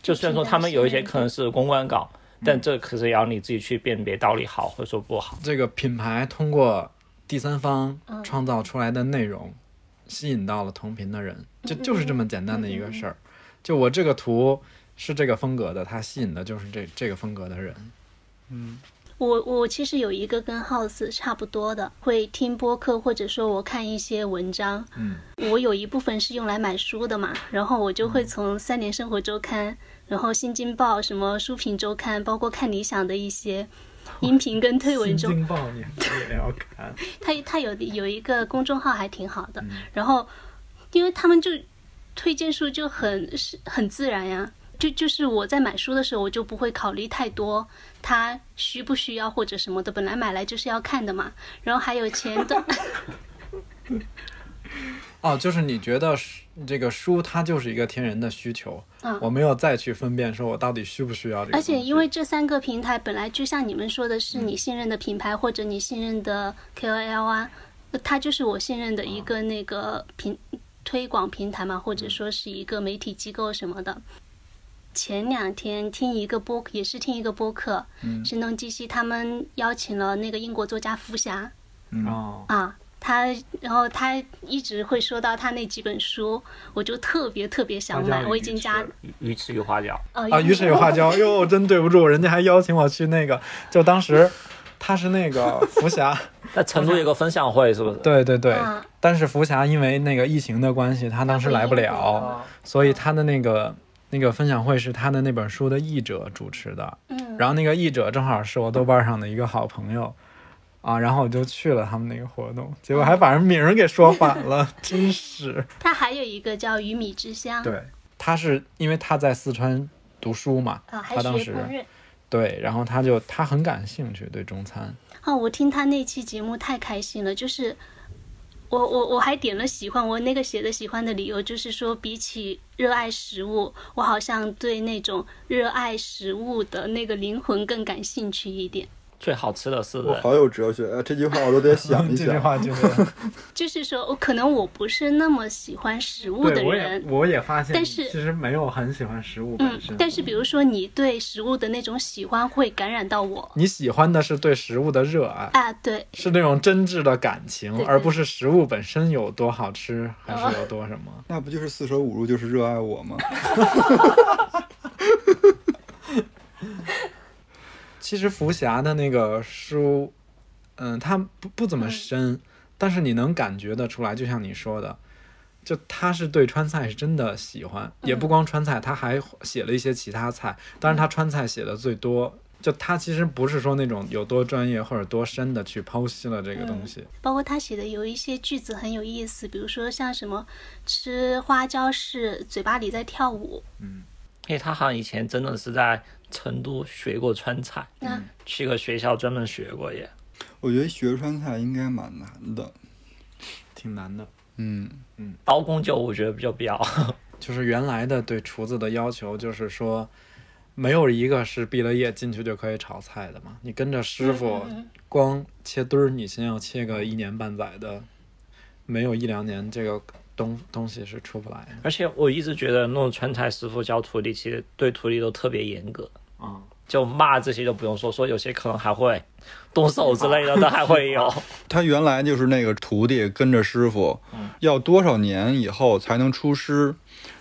[SPEAKER 3] 就虽然说他们有一些可能是公关稿，但这可是也要你自己去辨别到底好或者说不好。
[SPEAKER 2] 这个品牌通
[SPEAKER 4] 嗯
[SPEAKER 2] 过第三方创造出来的内容，吸引到了同频的人，就
[SPEAKER 4] 嗯
[SPEAKER 2] 就是这么简单的一个事儿。就我这个图是这个风格的，它吸引的就是这这个风格的人。
[SPEAKER 4] 我我其实有一个跟 House 差不多的，会听播客或者说我看一些文章。
[SPEAKER 2] 嗯，
[SPEAKER 4] 我有一部分是用来买书的嘛，然后我就会从《三联生活周刊》，然后《新京报》什么书评周刊，包括看理想的一些音频跟推文中，
[SPEAKER 2] 报你也要看，
[SPEAKER 4] 他他有有一个公众号还挺好的，然后因为他们就推荐书就很是很自然呀，就就是我在买书的时候，我就不会考虑太多它需不需要或者什么的，本来买来就是要看的嘛。然后还有前段，
[SPEAKER 2] 哦，就是你觉得书这个书它就是一个天然的需求，
[SPEAKER 4] 嗯
[SPEAKER 2] 我没有再去分辨说我到底需不需要这个
[SPEAKER 4] 而
[SPEAKER 2] 东西。
[SPEAKER 4] 且因为这三个平台本来就像你们说的是你信任的品牌或者你信任的 KOL 啊，呃它就是我信任的一个那个平推广平台嘛，或者说是一个媒体机构什么的。前两天听一个播，也是听一个播客，声东击西，他们邀请了那个英国作家福霞，
[SPEAKER 2] 哦，
[SPEAKER 4] 啊，他然后他一直会说到他那几本书，我就特别特别想
[SPEAKER 2] 大家
[SPEAKER 4] 买，
[SPEAKER 2] 有
[SPEAKER 4] 我已经加
[SPEAKER 3] 鱼翅与花椒，
[SPEAKER 4] 呃
[SPEAKER 2] 啊，鱼翅与花椒，哟，真对不住，人家还邀请我去那个，就当时他是那个 福霞，
[SPEAKER 3] 在成都有个分享会是不是？
[SPEAKER 2] 对对对
[SPEAKER 4] 嗯，
[SPEAKER 2] 但是福霞因为那个疫情的关系，她当时来不了，所以她的那个那个分享会是她的那本书的译者主持的，
[SPEAKER 4] 嗯，
[SPEAKER 2] 然后那个译者正好是我豆瓣上的一个好朋友。啊，然后我就去了他们那个活动，结果还
[SPEAKER 4] 嗯
[SPEAKER 2] 把人名儿给说反了， 真是。
[SPEAKER 4] 他还有一个叫鱼米之乡，
[SPEAKER 2] 对，他是因为他在四川读书嘛，
[SPEAKER 4] 啊，还
[SPEAKER 2] 他当
[SPEAKER 4] 学
[SPEAKER 2] 时
[SPEAKER 4] 烹饪。
[SPEAKER 2] 对，然后他就他很感兴趣对中餐，
[SPEAKER 4] 哦，我听他那期节目太开心了，就是我我我还点了喜欢，我那个写的喜欢的理由就是说，比起热爱食物，我好像对那种热爱食物的那个灵魂更感兴趣一点。
[SPEAKER 3] 最好吃的是
[SPEAKER 1] 我好有哲学，呃这句话我都得想一
[SPEAKER 2] 这句
[SPEAKER 1] 想。
[SPEAKER 2] 话 就是
[SPEAKER 4] 就是说，我可能我不是那么喜欢食物的
[SPEAKER 2] 对，我
[SPEAKER 4] 人
[SPEAKER 2] 也，我也发现，
[SPEAKER 4] 但是
[SPEAKER 2] 其实没有很喜欢食物本
[SPEAKER 4] 嗯
[SPEAKER 2] 身。，
[SPEAKER 4] 但是比如说你对食物的那种喜欢会感染到我
[SPEAKER 2] 你喜欢的是对食物的热爱，
[SPEAKER 4] 啊，对，
[SPEAKER 2] 是那种真挚的感情，
[SPEAKER 4] 对对
[SPEAKER 2] 而不是食物本身有多好吃，还是有多什么。
[SPEAKER 1] 那不就是四舍五入就是热爱我吗？
[SPEAKER 2] 其实福霞的那个书，嗯，它不不怎么深，但是你能感觉得出来，就像你说的，就他是对川菜是真的喜欢，也不光川菜，他还写了一些其他菜，当然他川菜写的最多。就他其实不是说那种有多专业或者多深的去剖析了这个东西，
[SPEAKER 4] 包括他写的有一些句子很有意思，比如说像什么吃花椒是嘴巴里在跳舞，
[SPEAKER 3] 因为他好像以前真的是在成都学过川菜，
[SPEAKER 4] 嗯
[SPEAKER 3] 去个学校专门学过耶。
[SPEAKER 1] 我觉得学川菜应该蛮难的。
[SPEAKER 2] 挺难的。
[SPEAKER 1] 嗯，
[SPEAKER 3] 刀工就我觉得比较必 要，
[SPEAKER 2] 就是原来的对厨子的要求，就是说，没有一个是毕了业进去就可以炒菜的嘛。你跟着师傅
[SPEAKER 4] 嗯嗯嗯
[SPEAKER 2] 光切墩儿，你先要切个一年半载的，没有一两年这个东东西是出不来 的
[SPEAKER 3] 而且我一直觉得那种川菜师傅教徒弟，其实对徒弟都特别严格，
[SPEAKER 2] 啊、
[SPEAKER 3] 就骂这些都不用说，说有些可能还会动手之类的，都还会有。
[SPEAKER 1] 他原来就是那个徒弟跟着师傅，要多少年以后才能出师？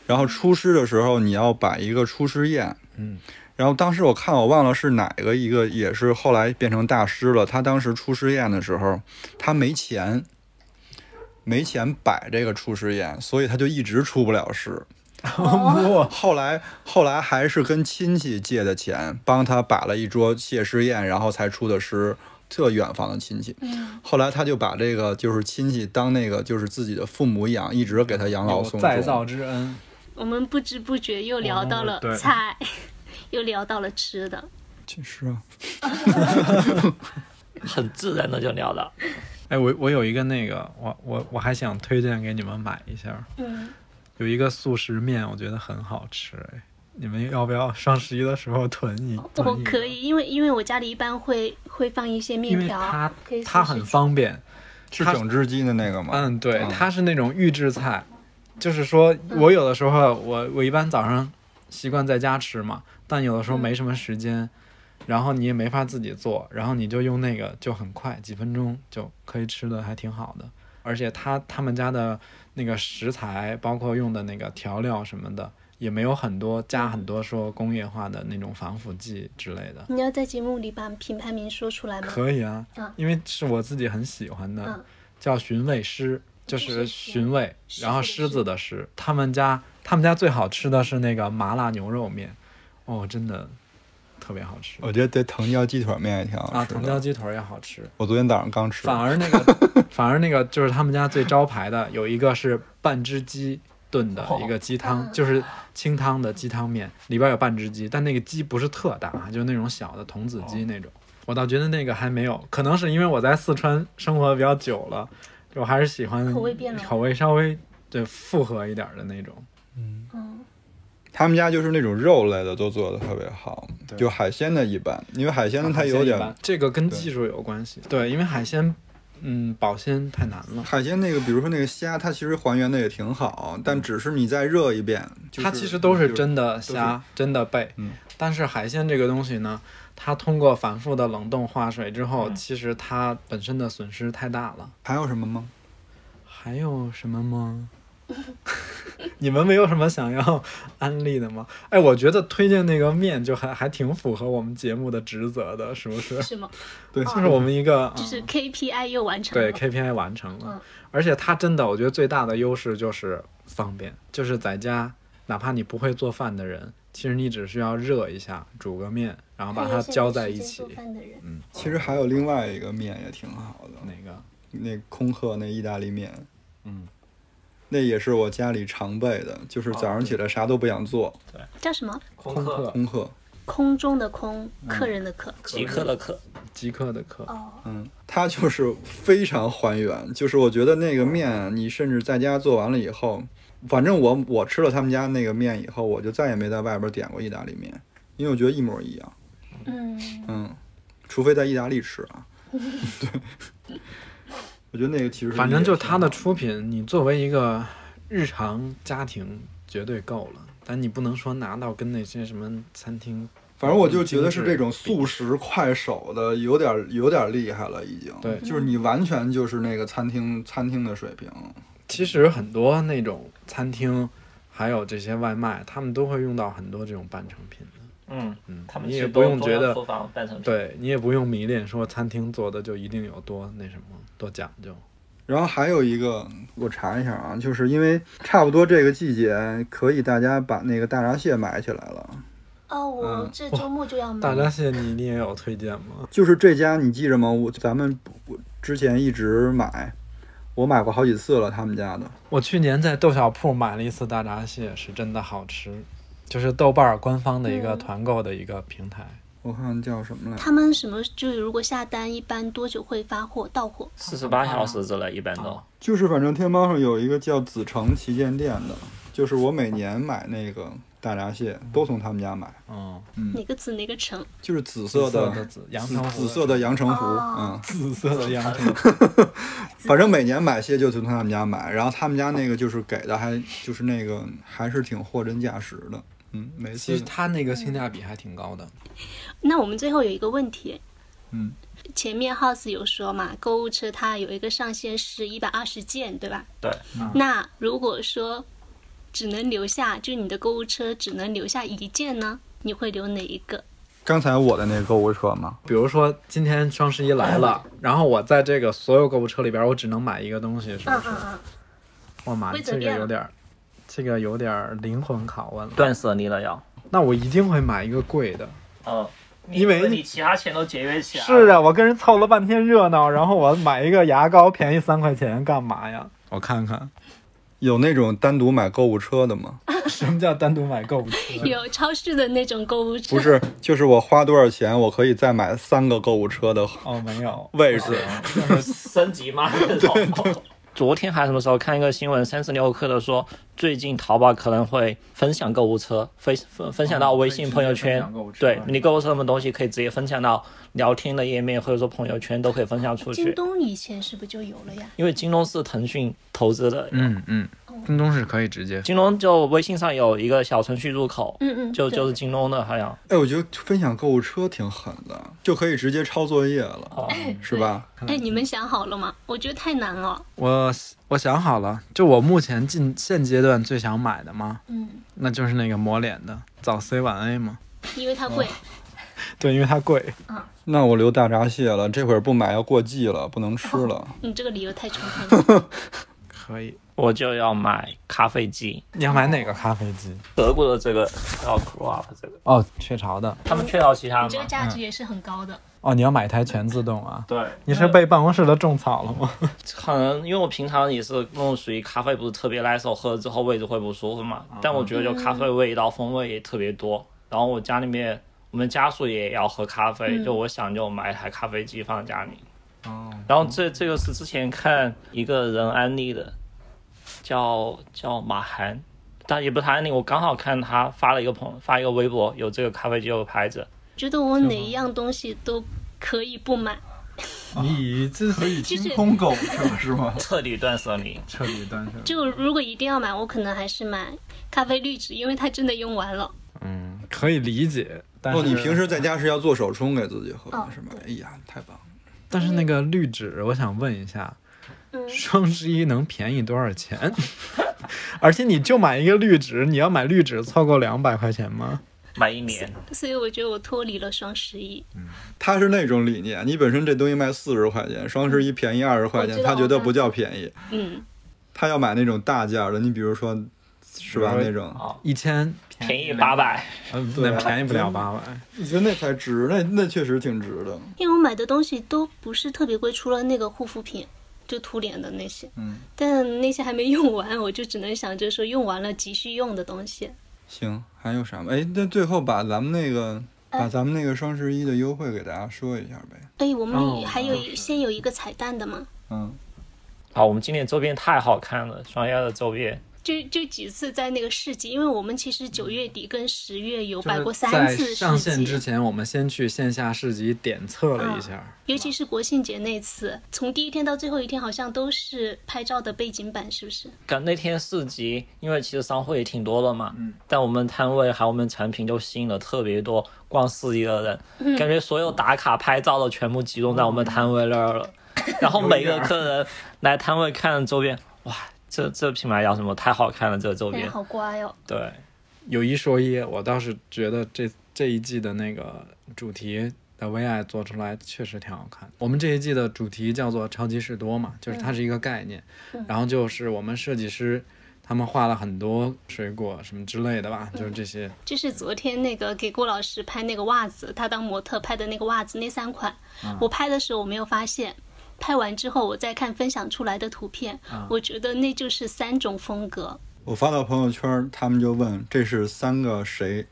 [SPEAKER 1] 然后出师的时候你要摆一个出师宴，
[SPEAKER 2] 嗯，
[SPEAKER 1] 然后当时我看我忘了是哪个一个，也是后来变成大师了。他当时出师宴的时候，他没钱，没钱摆这个出师宴，所以他就一直出不了师。后来后来还是跟亲戚借的钱，帮他摆了一桌谢师宴，然后才出的师。特远房的亲戚，后来他就把这个就是亲戚当那个就是自己的父母养，一直给他养老
[SPEAKER 2] 有
[SPEAKER 1] 送终。
[SPEAKER 2] 再造之恩。
[SPEAKER 4] 我们不知不觉又聊到
[SPEAKER 2] 哦
[SPEAKER 4] 了
[SPEAKER 2] 对
[SPEAKER 4] 菜， 又聊到了吃的。
[SPEAKER 1] 其实啊，
[SPEAKER 3] 很自然的就聊到，
[SPEAKER 2] 哎，我我有一个那个，我我我还想推荐给你们买一下，
[SPEAKER 4] 嗯，
[SPEAKER 2] 有一个速食面，我觉得很好吃，哎，你们要不要双十一的时候囤一？
[SPEAKER 4] 哦我
[SPEAKER 2] 囤一个
[SPEAKER 4] 可以，因为因为我家里一般会会放一些
[SPEAKER 2] 因
[SPEAKER 4] 面
[SPEAKER 2] 为
[SPEAKER 4] 条，
[SPEAKER 2] 它
[SPEAKER 4] 可以随
[SPEAKER 2] 它
[SPEAKER 4] 时
[SPEAKER 2] 很
[SPEAKER 4] 吃
[SPEAKER 2] 方便。
[SPEAKER 1] 是
[SPEAKER 2] 他
[SPEAKER 1] 整只鸡的那个吗？
[SPEAKER 2] 嗯，对，它是那种预制菜，就是说我有的时候我我一般早上习惯在家吃嘛，但有的时候没什么时间，然后你也没法自己做，然后你就用那个就很快，几分钟就可以吃的还挺好的。而且他他们家的那个食材，包括用的那个调料什么的，也没有很多加很多说工业化的那种防腐剂之类的。
[SPEAKER 4] 你要在节目里把品牌名说出来吗？
[SPEAKER 2] 可以啊
[SPEAKER 4] 嗯，
[SPEAKER 2] 因为是我自己很喜欢
[SPEAKER 4] 嗯哦
[SPEAKER 2] 的，叫寻味狮，就
[SPEAKER 4] 就是
[SPEAKER 2] 是
[SPEAKER 4] 狮
[SPEAKER 2] 寻味，
[SPEAKER 4] 狮
[SPEAKER 2] 然后
[SPEAKER 4] 子的
[SPEAKER 2] 狮子的狮。他们家他们家最好吃的是那个麻辣牛肉面，哦，真的特别好吃
[SPEAKER 1] 我觉得这藤椒鸡腿面也挺好
[SPEAKER 2] 啊！
[SPEAKER 1] 吃
[SPEAKER 2] 藤
[SPEAKER 1] 的。
[SPEAKER 2] 椒鸡腿儿也好吃，
[SPEAKER 1] 我昨天早上刚吃
[SPEAKER 2] 反，而那个反而那个就是他们家最招牌的有一个是半只鸡。炖的一个鸡汤，就是清汤的鸡汤面，里边有半只鸡，但那个鸡不是特大，啊就是那种小的童子
[SPEAKER 1] 哦
[SPEAKER 2] 鸡那种。我倒觉得那个还没有，可能是因为我在四川生活比较久了，就我还是喜欢
[SPEAKER 4] 口味变了
[SPEAKER 2] 口味稍微对复合一点的那种。
[SPEAKER 4] 嗯，
[SPEAKER 1] 他们家就是那种肉类的都做的特别好，
[SPEAKER 2] 对
[SPEAKER 1] 就海鲜的一般，因为海鲜的它
[SPEAKER 2] 啊海鲜
[SPEAKER 1] 有
[SPEAKER 2] 一般
[SPEAKER 1] 点
[SPEAKER 2] 这个跟
[SPEAKER 1] 对
[SPEAKER 2] 技术有关系，对，因为海鲜，嗯，保鲜太难了。
[SPEAKER 1] 海鲜那个，比如说那个虾，它其实还原的也挺好，但只是你再热一遍，就是
[SPEAKER 2] 嗯它其实都是
[SPEAKER 1] 就
[SPEAKER 2] 真的虾，真的贝。
[SPEAKER 1] 嗯
[SPEAKER 2] 但是海鲜这个东西呢，它通过反复的冷冻化水之
[SPEAKER 1] 嗯
[SPEAKER 2] 后，其实它本身的损失太大了。
[SPEAKER 1] 还有什么吗？
[SPEAKER 2] 还有什么 吗？你们没有什么想要安利的吗？哎，我觉得推荐那个面就还还挺符合我们节目的职责的，是不是？
[SPEAKER 4] 嗯是吗？
[SPEAKER 1] 对，
[SPEAKER 2] 就是我们一个、
[SPEAKER 4] 哦就是
[SPEAKER 2] 嗯
[SPEAKER 4] KPI 又完成了。
[SPEAKER 2] 对 KPI 完成了，
[SPEAKER 4] 嗯
[SPEAKER 2] 而且它真的，我觉得最大的优势就是方便，就是在家，哪怕你不会做饭的人，其实你只需要热一下，煮个面，然后把它浇在一起
[SPEAKER 4] 做。饭的人，
[SPEAKER 1] 其实还有另外一个面也挺好的，
[SPEAKER 2] 哪个？
[SPEAKER 1] 那空客那意大利面，
[SPEAKER 2] 嗯，哦
[SPEAKER 1] 那也是我家里常备的，就是早上起来啥都不想做，
[SPEAKER 4] 叫什么？
[SPEAKER 3] 空
[SPEAKER 2] 空
[SPEAKER 3] 客
[SPEAKER 2] 客
[SPEAKER 1] 空客，
[SPEAKER 4] 空中的空，
[SPEAKER 2] 嗯
[SPEAKER 4] 客人的客。
[SPEAKER 3] 极客的客，
[SPEAKER 2] 极客的客，
[SPEAKER 4] 哦，
[SPEAKER 1] 嗯，它就是非常还原，就是我觉得那个面，你甚至在家做完了以后，反正我我吃了他们家那个面以后，我就再也没在外边点过意大利面，因为我觉得一模一样，
[SPEAKER 4] 嗯，
[SPEAKER 1] 嗯，除非在意大利吃啊， 对， 我觉得那个其实
[SPEAKER 2] 反正就
[SPEAKER 1] 它
[SPEAKER 2] 它的出品，你作为一个日常家庭绝对够了，但你不能说拿到跟那些什么餐厅。
[SPEAKER 1] 反正我就觉得是这种速食快手的，有点有点厉害了，已经。
[SPEAKER 2] 对
[SPEAKER 1] 就是你完全就是那个餐厅餐厅的水平。
[SPEAKER 2] 其实很多那种餐厅，还有这些外卖，他们都会用到很多这种半成品的。
[SPEAKER 3] 嗯，
[SPEAKER 2] 嗯，
[SPEAKER 3] 他们
[SPEAKER 2] 你
[SPEAKER 3] 其
[SPEAKER 2] 也
[SPEAKER 3] 实
[SPEAKER 2] 不
[SPEAKER 3] 都
[SPEAKER 2] 用
[SPEAKER 3] 中
[SPEAKER 2] 觉
[SPEAKER 3] 央
[SPEAKER 2] 得
[SPEAKER 3] 厨房半成品，
[SPEAKER 2] 对你也不用迷恋说餐厅做的就一定有多那什么多讲究。
[SPEAKER 1] 然后还有一个，我查一下啊，就是因为差不多这个季节，可以大家把那个大闸蟹买起来了。
[SPEAKER 4] 哦，
[SPEAKER 1] 嗯
[SPEAKER 4] 我这周末就要买
[SPEAKER 2] 大。闸蟹你你也有推荐吗？
[SPEAKER 1] 就是这家你记着吗？我咱们我之前一直买，我买过好几次了，他们家的。
[SPEAKER 2] 我去年在豆小铺买了一次大闸蟹，是真的好吃，就是豆瓣儿官方的一个
[SPEAKER 4] 嗯
[SPEAKER 2] 团购的一个平台。
[SPEAKER 1] 我看叫什么来着？
[SPEAKER 4] 他们什么就是如果下单，一般多久会发货到货？
[SPEAKER 3] 四十八小时之类一般都。
[SPEAKER 1] 就是反正天猫上有一个叫紫城旗舰店的，就是我每年买那个大闸蟹都从他们家买。
[SPEAKER 2] 嗯，
[SPEAKER 4] 哪个子哪个城？
[SPEAKER 1] 就是紫
[SPEAKER 2] 紫
[SPEAKER 1] 色的
[SPEAKER 2] 的紫羊
[SPEAKER 1] 紫
[SPEAKER 2] 城湖
[SPEAKER 1] 紫色的阳澄湖，
[SPEAKER 4] 哦
[SPEAKER 1] 嗯，
[SPEAKER 2] 紫色的羊城湖，
[SPEAKER 1] 反正每年买蟹就从他们家买，然后他们家那个就是给的还就是那个还是挺货真价实的，嗯，每
[SPEAKER 2] 其
[SPEAKER 1] 次
[SPEAKER 2] 实它那个性价比还挺高的。
[SPEAKER 4] 那我们最后有一个问题，
[SPEAKER 1] 嗯，
[SPEAKER 4] 前面 House 有说嘛，购物车它有一个上限是一百二十件，对吧？
[SPEAKER 3] 对，
[SPEAKER 1] 嗯
[SPEAKER 4] 那如果说只能留下，就你的购物车只能留下一件呢，你会留哪一个？
[SPEAKER 1] 刚才我的那个购物车嘛，
[SPEAKER 2] 比如说今天双十一来 了，然后我在这个所有购物车里边，我只能买一个东西，是不是？
[SPEAKER 4] 嗯，
[SPEAKER 2] 我妈，
[SPEAKER 4] 规则
[SPEAKER 2] 这个
[SPEAKER 4] 变了
[SPEAKER 2] 有点儿，这个有点儿灵魂拷问了。
[SPEAKER 3] 断舍离了要。
[SPEAKER 2] 那我一定会买一个贵的。
[SPEAKER 3] 嗯，
[SPEAKER 2] 因为
[SPEAKER 3] 你其他钱都节约起来。
[SPEAKER 2] 是，啊，我跟人凑了半天热闹，然后我买一个牙膏便宜三块钱干嘛呀？我看看
[SPEAKER 1] 有那种单独买购物车的吗？
[SPEAKER 2] 什么叫单独买购物车。
[SPEAKER 4] 有超市的那种购物车，
[SPEAKER 1] 不是，就是我花多少钱，我可以再买三个购物车的
[SPEAKER 2] 哦，没有，
[SPEAKER 1] 位置。
[SPEAKER 2] 啊
[SPEAKER 3] 升 级吗？昨天还什么时候看一个新闻，三十六氪的说，最近淘宝可能会分享购物车，分分分享到微信朋友圈。对你购物车什么东西可以直接分享到聊天的页面，或者说朋友圈都可以分享出
[SPEAKER 4] 京
[SPEAKER 3] 去。
[SPEAKER 4] 东以前是不是就有了呀？
[SPEAKER 3] 因为京东是腾讯投资的，
[SPEAKER 2] 嗯嗯，京东是可以直接
[SPEAKER 3] 京东就微信上有一个小程序入口，
[SPEAKER 4] 嗯嗯，
[SPEAKER 3] 就
[SPEAKER 4] 对
[SPEAKER 3] 就是京东的，好像
[SPEAKER 1] 哎，我觉得分享购物车挺狠的，就可以直接抄作业了，
[SPEAKER 3] 哦，
[SPEAKER 1] 是吧？
[SPEAKER 4] 哎，你们想好了吗？我觉得太难了。
[SPEAKER 2] 我我想好了，就我目前近现阶段最想买的嘛，
[SPEAKER 4] 嗯，
[SPEAKER 2] 那就是那个抹脸的早 C 晚 A 嘛。
[SPEAKER 4] 因为它贵。
[SPEAKER 2] 对，因为它贵。
[SPEAKER 1] 那我留大闸蟹了，这会儿不买要过季了，不能吃了。
[SPEAKER 4] 你这个理由太充分了。
[SPEAKER 2] 可以。
[SPEAKER 3] 我就要买咖啡机，
[SPEAKER 2] 你要买哪个咖啡机？
[SPEAKER 3] 德国的这个叫 c r o p 这个，
[SPEAKER 2] 哦，雀巢的。
[SPEAKER 3] 他们缺少其他
[SPEAKER 4] 你这个
[SPEAKER 3] 吗？
[SPEAKER 4] 价值也是很高的。
[SPEAKER 2] 哦，你要买台全自动啊？
[SPEAKER 3] 对，
[SPEAKER 2] 你是被办公室的种草了吗？
[SPEAKER 3] 呃可能因为我平常也是那种属于咖啡不是特别耐受，喝了之后胃置会不舒服嘛。
[SPEAKER 2] 嗯
[SPEAKER 3] 但我觉得就咖啡味道风味也特别多。然后我家里面，我们家属也要喝咖
[SPEAKER 2] 嗯
[SPEAKER 3] 啡，就我想就买一台咖啡机放家里。
[SPEAKER 2] 哦，
[SPEAKER 3] 然后这这个是之前看一个人安利的，叫叫马涵，但也不是他安利，我刚好看他发了一个朋发一个微博，有这个咖啡机有个牌子，
[SPEAKER 4] 觉得我哪一样东西都可以不买，
[SPEAKER 2] 你这可以
[SPEAKER 4] 就是
[SPEAKER 1] 狗是不是吗？
[SPEAKER 3] 彻底断舍离。
[SPEAKER 2] 彻底断
[SPEAKER 1] 哦
[SPEAKER 2] 舍。
[SPEAKER 4] 就如果一定要买，我可能还是买咖啡滤纸，因为它真的用完了。
[SPEAKER 2] 嗯，可以理解。但是、
[SPEAKER 1] 哦，你平时在家是要做手冲给自己喝的
[SPEAKER 4] 哦
[SPEAKER 1] 是吗？哎呀，太棒了！
[SPEAKER 2] 但是那个绿纸，我想问一下，
[SPEAKER 4] 嗯
[SPEAKER 2] 双十一能便宜多少钱？ 而且你就买一个绿纸，你要买绿纸凑够两百块钱吗？
[SPEAKER 3] 买一年，
[SPEAKER 4] 所以我觉得我脱离了双十一。
[SPEAKER 1] 他是那种理念，你本身这东西卖四十块钱，双十一便宜二十块
[SPEAKER 4] 我
[SPEAKER 1] 钱，
[SPEAKER 4] 知道
[SPEAKER 1] 他觉得不叫便宜，
[SPEAKER 4] 嗯，
[SPEAKER 1] 他要买那种大件儿的，你比如说，是吧？
[SPEAKER 2] 比如
[SPEAKER 1] 那种，
[SPEAKER 2] 一千，
[SPEAKER 3] 便宜八百，
[SPEAKER 2] 嗯，
[SPEAKER 1] 对
[SPEAKER 2] 那
[SPEAKER 1] 啊
[SPEAKER 2] 便宜不了
[SPEAKER 1] 真的
[SPEAKER 2] 八百。
[SPEAKER 1] 我觉得那才值，那那确实挺值的。
[SPEAKER 4] 因为我买的东西都不是特别贵，除了那个护肤品，就涂脸的那些，
[SPEAKER 1] 嗯，
[SPEAKER 4] 但那些还没用完，我就只能想着说用完了急需用的东西。
[SPEAKER 1] 行，还有啥吗？哎，那最后把咱们那个，
[SPEAKER 4] 呃
[SPEAKER 1] 把咱们那个双十一的优惠给大家说一下呗。
[SPEAKER 4] 哎，我
[SPEAKER 2] 哦
[SPEAKER 4] 们还有一、先有一个彩蛋的嘛，
[SPEAKER 1] 嗯，
[SPEAKER 3] 好，我们今年周边太好看了，双幺的周边，
[SPEAKER 4] 就就几次在那个市集，因为我们其实九月底跟十月有摆过
[SPEAKER 2] 就是
[SPEAKER 4] 三
[SPEAKER 2] 在
[SPEAKER 4] 次市集，
[SPEAKER 2] 上线之前，我们先去线下市集点测了一下。
[SPEAKER 4] 尤其是国庆节那次，从第一天到最后一天好像都是拍照的背景板，是不是？
[SPEAKER 3] 赶那天市集，因为其实商会也挺多的嘛，
[SPEAKER 2] 嗯
[SPEAKER 3] 但我们摊位还有我们产品就吸引了特别多逛市集的人，感觉所有打卡拍照的全部集中在我们摊位那儿了，然后每个客人来摊位看周边，哇，这这品牌叫什么？太好看了，这周
[SPEAKER 4] 哎，
[SPEAKER 3] 边，
[SPEAKER 4] 好乖哦！
[SPEAKER 3] 对，
[SPEAKER 2] 有一说一，我倒是觉得这这一季的那个主题的 VI 做出来确实挺好看。我们这一季的主题叫做“超级士多”嘛，就是它是一个概念，然后就是我们设计师他们画了很多水果什么之类的吧，就是这些。
[SPEAKER 4] 就是昨天那个给郭老师拍那个袜子，他当模特拍的那个袜子，那三款，
[SPEAKER 2] 嗯
[SPEAKER 4] 我拍的时候我没有发现。拍完之后，我再看分享出来的图片，
[SPEAKER 2] 嗯
[SPEAKER 4] 我觉得那就是三种风格。
[SPEAKER 1] 我发到朋友圈，他们就问这是三个谁？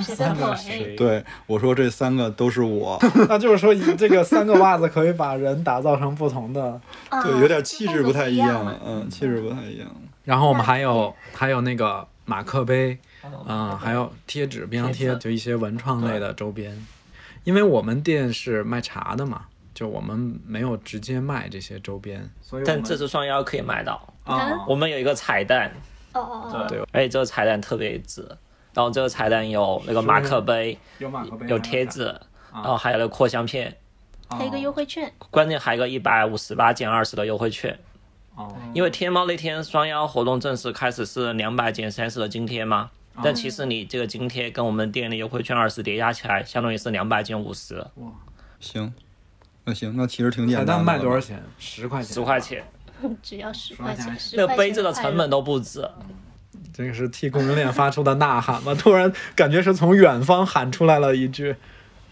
[SPEAKER 4] 谁在哎
[SPEAKER 2] 个
[SPEAKER 4] 火？
[SPEAKER 2] 谁
[SPEAKER 1] 对我说这三个都是我，
[SPEAKER 2] 那就是说，以这个三个袜子可以把人打造成不同的
[SPEAKER 4] 啊
[SPEAKER 1] 对，有点气质不太一
[SPEAKER 4] 就三
[SPEAKER 1] 样
[SPEAKER 4] 种不一样嘛，
[SPEAKER 1] 嗯，气质不太一样。
[SPEAKER 2] 然后我们还有还有那个马克杯，嗯，还有贴纸、冰箱贴，
[SPEAKER 3] 贴纸
[SPEAKER 2] 就一些文创类的周边。因为我们店是卖茶的嘛，就我们没有直接卖这些周边，所以
[SPEAKER 3] 但这次双幺可以买到，
[SPEAKER 2] 啊，
[SPEAKER 3] 我们有一个彩蛋，
[SPEAKER 4] 哦哦哦，
[SPEAKER 3] 对，而且这个彩蛋特别值，然后这个彩蛋有那个马克杯，
[SPEAKER 2] 有马克杯啊
[SPEAKER 3] 有贴纸，然后还有那个扩香片。
[SPEAKER 4] 哦还有
[SPEAKER 2] 嗯
[SPEAKER 4] 一个优惠券，
[SPEAKER 3] 关键还有个一百五十八减二十的优惠券，
[SPEAKER 2] 哦，
[SPEAKER 3] 因为天猫那天双幺活动正式开始是两百减三十的津贴嘛，
[SPEAKER 4] 啊
[SPEAKER 3] 但其实你这个津贴跟我们店里优惠券二十叠加起来，相当于是两百减五十，
[SPEAKER 1] 行，那行，那其实挺简
[SPEAKER 2] 彩
[SPEAKER 1] 单的。
[SPEAKER 2] 蛋卖多少？钱？十块钱，
[SPEAKER 3] 十块。钱，
[SPEAKER 4] 只要十块
[SPEAKER 2] 十块
[SPEAKER 4] 钱，
[SPEAKER 2] 钱
[SPEAKER 4] 十
[SPEAKER 3] 那
[SPEAKER 4] 块钱
[SPEAKER 3] 杯子的
[SPEAKER 4] 快
[SPEAKER 3] 成
[SPEAKER 4] 乐
[SPEAKER 3] 本都不止。
[SPEAKER 2] 这个是替供应链发出的呐喊吗？突然感觉是从远方喊出来了一句。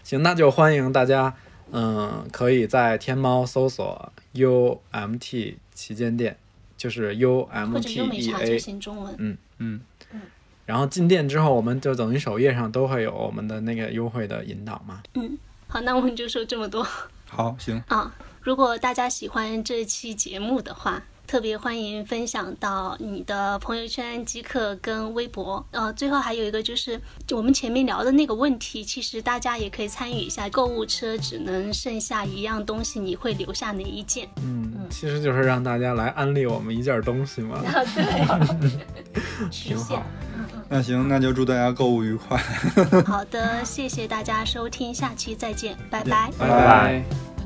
[SPEAKER 2] 行，那就欢迎大家，嗯，可以在天猫搜索 UMT 旗舰店，就是 UMTEA，
[SPEAKER 4] 或者优美
[SPEAKER 3] 哎
[SPEAKER 4] 茶就行中文。
[SPEAKER 2] E 然后进店之后，我们就等于首页上都会有我们的那个优惠的引导嘛。
[SPEAKER 4] 好，那我们就说这么多
[SPEAKER 1] 好，行，
[SPEAKER 4] 啊。如果大家喜欢这期节目的话，特别欢迎分享到你的朋友圈、即可跟微博。呃，最后还有一个就是就我们前面聊的那个问题，其实大家也可以参与一下。购物车只能剩下一样东西，你会留下哪一件？
[SPEAKER 2] 嗯，其实就是让大家来安利我们一件东西嘛，
[SPEAKER 4] 啊，对，实
[SPEAKER 2] 挺好
[SPEAKER 4] 现。。
[SPEAKER 1] 那行，那就祝大家购物愉快。
[SPEAKER 4] 好的，谢谢大家收听，下期再见，拜
[SPEAKER 1] 见
[SPEAKER 4] 拜。
[SPEAKER 1] 拜
[SPEAKER 2] 拜。